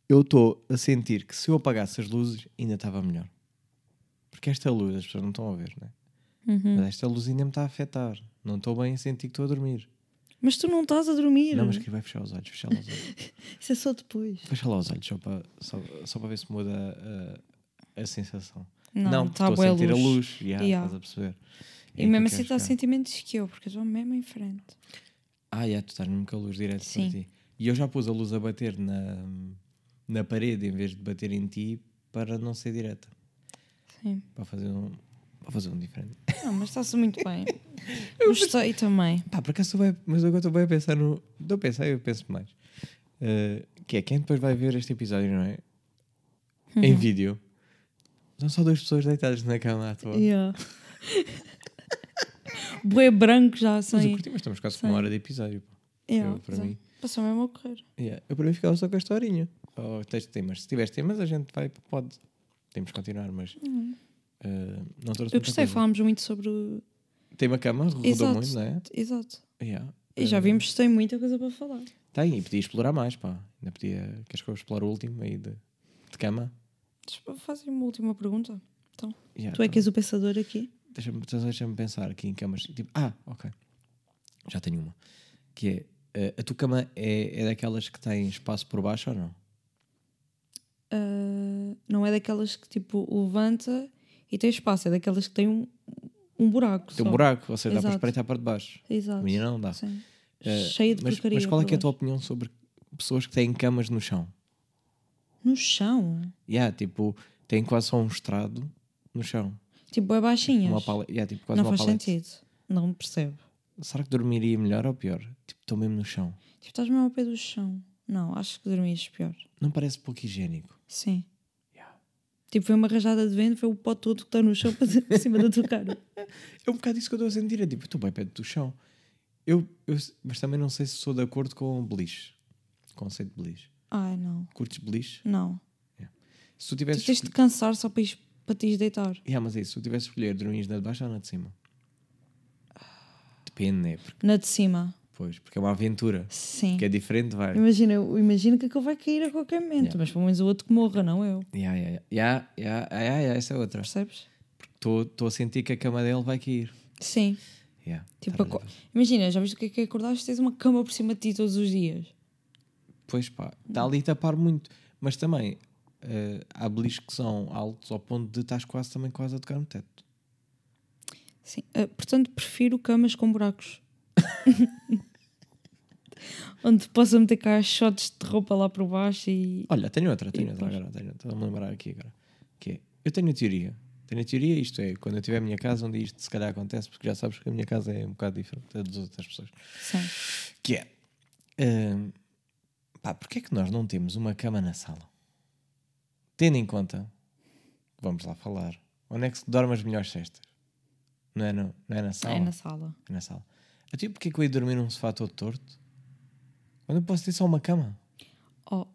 B: eu estou a sentir que se eu apagasse as luzes ainda estava melhor. Porque esta luz as pessoas não estão a ver, né?
A: Uhum.
B: Mas esta luz ainda me está a afetar. Não estou bem a sentir que estou a dormir.
A: Mas tu não estás a dormir.
B: Não, mas que vai fechar os olhos, fecha lá os olhos.
C: Isso é só depois.
B: Fecha lá os olhos, só para, só, só para ver se muda a, a, a sensação.
A: Não, tá
B: estou
A: bué
B: a sentir
A: luz.
B: a luz. Yeah,
A: Yeah.
B: Estás a perceber?
A: E
B: É aí que eu
A: mesmo assim
B: quero
A: está a
B: chegar.
A: sentir menos que eu, porque eu estou mesmo em frente.
B: Ah, yeah, tu estás mesmo com a luz direto
A: Sim.
B: para ti. E eu já pus a luz a bater na, na parede em vez de bater em ti para não ser direta.
A: Sim.
B: Para fazer um, para fazer um diferente.
A: Não, mas está-se muito bem. Gostei também.
B: Pá, por acaso estou bem, mas agora estou bem a pensar no. Estou a pensar e eu penso mais. Eh, que é quem depois vai ver este episódio, não é? Em
A: Uhum.
B: vídeo. São só duas pessoas deitadas na cama à toa.
A: Yeah. Boé branco já
B: Mas eu
A: sem.
B: curti, mas estamos quase com uma hora de episódio. pá.
A: Yeah,
B: eu, para
A: exato.
B: mim.
A: Passou mesmo a correr.
B: Yeah, Eu para mim ficava só com esta horinha. Ou Oh, tens temas. Se tiveres temas, a gente vai, pode. Temos que continuar, mas. eh, não trouxe
A: Hum. Eu
B: muita
A: gostei,
B: coisa.
A: falámos muito sobre. o-
B: Tem uma cama, rodou
A: Exato.
B: muito, não é?
A: Exato.
B: Yeah.
A: E já
B: Eh,
A: vimos que tem muita coisa para falar.
B: Tem, e podia explorar mais, pá. Ainda podia. Queres que eu explore o último aí de, de cama?
A: Deixa- Fazem uma última pergunta. Então,
B: Yeah,
C: Tu é
B: tá
C: que és o pensador aqui?
B: deixa-me deixa pensar aqui em camas. Tipo, ah, ok. Já tenho uma. Que é. eh, a tua cama é, é daquelas que tem espaço por baixo ou não?
A: ah, não é daquelas que tipo levanta e tem espaço, é daquelas que tem um, um buraco.
B: Tem um
A: só.
B: buraco, ou seja, dá para
A: Exato.
B: espreitar a parte de baixo.
C: Exato.
B: A minha não dá.
A: Sim.
B: Eh,
A: Cheia de
B: mas,
A: porcaria.
B: mas qual é,
A: por
B: que é a tua
A: baixo.
B: opinião sobre pessoas que têm camas no chão?
A: No chão?
B: Yeah, tipo, têm quase só um estrado no chão.
A: Tipo, é baixinhas.
B: Uma paleta. Yeah, tipo, quase
A: não
B: uma
A: faz
B: palete.
A: sentido. Não percebo.
B: Será que dormiria melhor ou pior? Tipo, estou mesmo no chão.
A: Tipo, estás mesmo ao pé do chão. Não, acho que dormias pior.
B: Não parece pouco higiênico.
A: Sim. Tipo, foi uma rajada de vento, foi o pó todo que está no chão para para cima da tua cara.
B: É um bocado isso que eu estou a sentir. É tipo, estou bem perto do chão. Eu, eu- mas também não sei se sou de acordo com o beliche. Conceito de beliche.
A: Ai, não.
B: Curtes beliche?
A: Não.
B: Se tu
A: Tu
B: tivesses.
A: tens de cansar só para, ir, para te ires deitar.
B: Yeah, mas é isso. Se tu tivesses de escolher, dormias na de baixo ou na de cima? Depende, né? Porque,
A: Na de cima.
B: pois, porque é uma aventura.
A: Sim.
B: Que é diferente, vai.
A: Imagina, eu imagino que aquilo vai cair a qualquer momento, mas pelo menos o outro que morra, não eu.
B: Ya, ya, ya. Ya, ya, ah, ya, ya, essa é outra.
A: Percebes?
B: Estou a sentir que a cama dele vai cair.
A: Sim.
B: Ya,
A: Tipo,
B: tá
A: aco-
B: bem.
A: imagina, já viste o que é que é acordaste? Tens uma cama por cima de ti todos os dias.
B: Pois pá, está ali a tapar muito. Mas também eh, há beliscos que são altos ao ponto de estás quase também quase a tocar no teto.
A: Sim. Ah, portanto, prefiro camas com buracos. Onde possa meter caixotes de roupa lá por baixo e.
B: Olha, tenho outra, tenho outra
A: pois.
B: agora, tenho outra. Vou-me lembrar aqui agora. Que é, eu tenho a teoria. Tenho a teoria, isto é, quando eu tiver a minha casa, onde isto se calhar acontece, porque já sabes que a minha casa é um bocado diferente da das outras pessoas.
A: Sim.
B: Que é, ehm, pá, porque é que nós não temos uma cama na sala? Tendo em conta, vamos lá falar, onde é que se dorme as melhores cestas? Não é, no, não é na sala?
A: É na sala.
B: É na sala. Até porque é que eu ia dormir num sofá todo torto? Quando eu posso ter só uma cama?
A: Oh,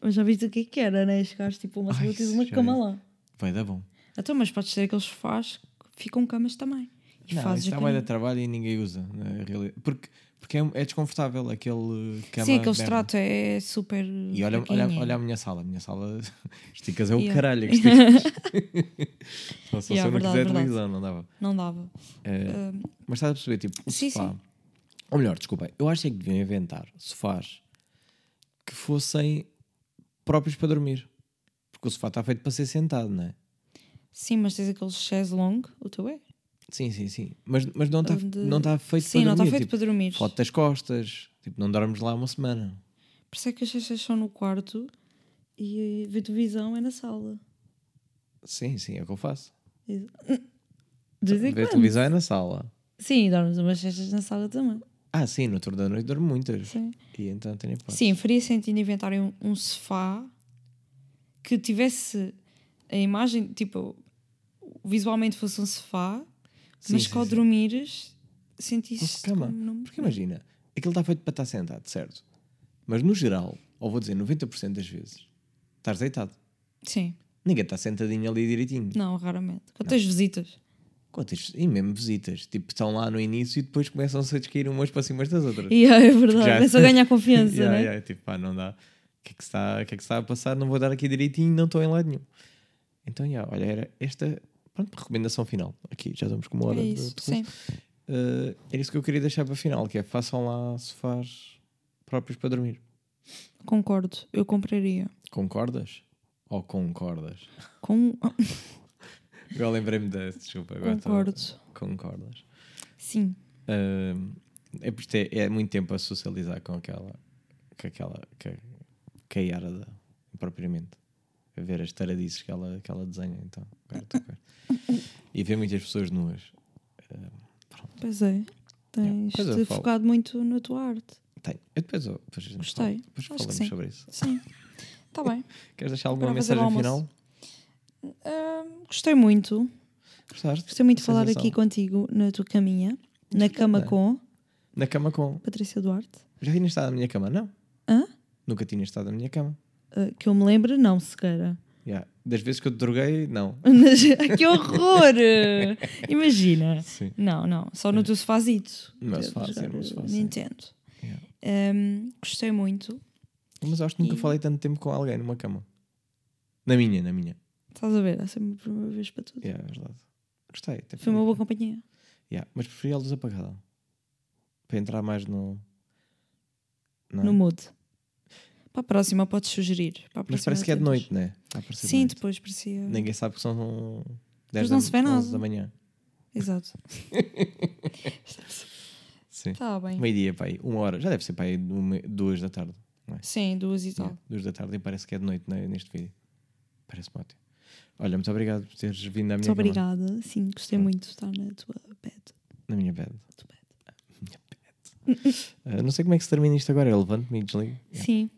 C: Mas já viste o que é que era, né? Chegaste tipo uma
B: Ai,
C: segunda tens uma
B: já
C: cama
B: vi.
C: lá.
B: Vai dar bom.
A: então, mas podes ter aqueles sofás que ficam camas também. E
B: Não,
A: fazes
B: isso dá
A: aquele-
B: bué de trabalho e ninguém usa. na realidade. Porque, porque é, é desconfortável aquele eh, cama.
A: Sim, aquele
B: merda.
A: extrato é super.
B: E olha, olha,
A: fraquinho.
B: olha a minha sala. A minha sala esticas é o
A: Yeah.
B: caralho. que esticas. Só se
A: Yeah, verdade,
B: eu não quiser
A: verdade.
B: televisão, não dava.
A: Não dava.
B: Eh, mas estás a perceber, tipo, o
A: sim,
B: sofá. Ou melhor, desculpa, eu acho é que deviam inventar sofás que fossem próprios para dormir. Porque o sofá está feito para ser sentado, não é?
A: Sim, mas tens aquele chaise longue, o teu é?
B: Sim, sim, sim. Mas, mas não está
A: Onde-
B: não tá feito
A: Sim,
B: para
A: não
B: dormir.
A: está feito
B: tipo,
A: para dormir.
B: Foto das costas. Tipo, não dormes lá uma semana.
A: Por isso é que as cestas são no quarto
C: E ver televisão é na sala.
B: Sim, sim, é o que eu faço.
A: de vez em
B: Ver
A: quando.
B: televisão é na sala.
A: Sim, e dormes umas cestas na sala também.
B: Ah, sim, no turno da noite dormo muitas.
A: Sim.
B: E então tenho hipótese.
A: Sim, faria sentido inventarem um, um sofá que tivesse a imagem, tipo, visualmente fosse um sofá,
B: Sim,
A: mas
B: sim,
A: que ao
B: sim.
A: dormires sentiste
B: cama.
A: como não-
B: Porque imagina, aquilo está feito para estar sentado, certo? Mas no geral, ou vou dizer 90% das vezes, estás deitado.
A: Sim,
B: Ninguém está sentadinho ali direitinho.
A: não, raramente. Quantas visitas?
B: Quantas- E mesmo visitas. Tipo, estão lá no início e depois começam-se a descair umas para cima das outras.
A: E é
B: Já-
A: verdade, é só ganhar confiança,
B: Yeah,
A: né?
B: yeah, tipo, pá, não dá. O que, é que se está, o que é que se está a passar? Não vou dar aqui direitinho, não estou em lado nenhum. Então, yeah, olha, era esta Pronto, recomendação final. Aqui já estamos com uma hora
A: é
B: de-
A: isso,
B: de coisa.
A: sim.
B: Eh, era isso que eu queria deixar para final, que é façam lá sofás próprios para dormir.
A: Concordo. Eu compraria.
B: Concordas? Ou concordas?
A: Com... um,
B: Agora lembrei-me da desculpa. Agora estou-
A: Concordo.
B: Concordas.
A: Sim.
B: Eh, é porque isto é, é muito tempo a socializar com aquela. com aquela. com a- com a Yara da, propriamente. A ver as taradices que ela, que ela desenha. Então, agora estou com- E ver muitas pessoas nuas.
A: Pois é. Tens
B: Pois é, eu
A: te
B: falo.
A: focado muito na tua arte.
B: Tenho. Eu depois, eu- depois a gente
A: Gostei.
B: fala- Depois
A: Acho que
B: falamos
A: sim.
B: sobre isso.
A: Sim. Está bem.
B: Queres deixar alguma
A: Para fazer o
B: mensagem final?
A: um almoço. Gostei muito.
B: Gostaste?
C: Gostei muito de
B: Sensação.
C: falar aqui contigo na tua caminha, na cama com
B: Na cama com.
C: Patrícia Duarte.
B: Já tinha estado na minha cama? Não.
C: Hã?
B: Nunca tinha estado na minha cama.
A: eh,
C: Ah, que eu me lembro, não, Sequeira.
B: Yeah. Das vezes que eu te droguei, não.
C: Mas, que horror! Imagina.
B: Sim.
A: Não, não. Só no teu sofazito.
B: É. No meu
A: Poder
B: sofá, sim,
A: jogar
B: no meu sofá, sim.
A: Nintendo.
B: Yeah.
A: Ahm, Ehm, gostei muito.
B: Mas acho que nunca
A: E-
B: falei tanto tempo com alguém numa cama. Na minha, na minha.
A: Estás a ver? Essa é a minha primeira vez para tudo.
B: Yeah, é verdade. Gostei. até
A: Foi uma boa companhia.
B: Yeah. Mas preferia a luz apagada. Para entrar mais no. Não é?
A: No mood. Para a próxima podes sugerir. Para a
B: Mas
A: próxima
B: parece que é de
A: tentas.
B: noite, não é? Está a parecer de
A: Sim,
B: noite.
A: depois parecia.
B: Ninguém sabe que são 10
A: Mas não se vê
B: da, 11
A: nada.
B: da manhã.
A: Exato.
B: Sim.
A: Está Tá bem.
B: Meio-dia, pai. Uma hora. Já deve ser, pai, duas da tarde.
A: Sim, duas e tal.
B: Yeah, Duas da tarde e parece que é de noite né, neste vídeo. Parece-me ótimo. Olha, muito obrigado por teres vindo na minha,
C: Muito
B: cama,
C: obrigada. Sim, gostei muito de estar na tua bed.
B: na minha bed.
C: Muito bem.
B: Ah, não sei como é que se termina isto agora. Eu levanto-me e desligo.
A: Sim.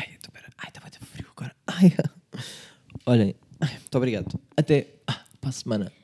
B: Ai, eu tô- pera. Ai, tá está muito frio agora. Ai, ah. Olhem, ai, muito obrigado. Até ah, para a semana.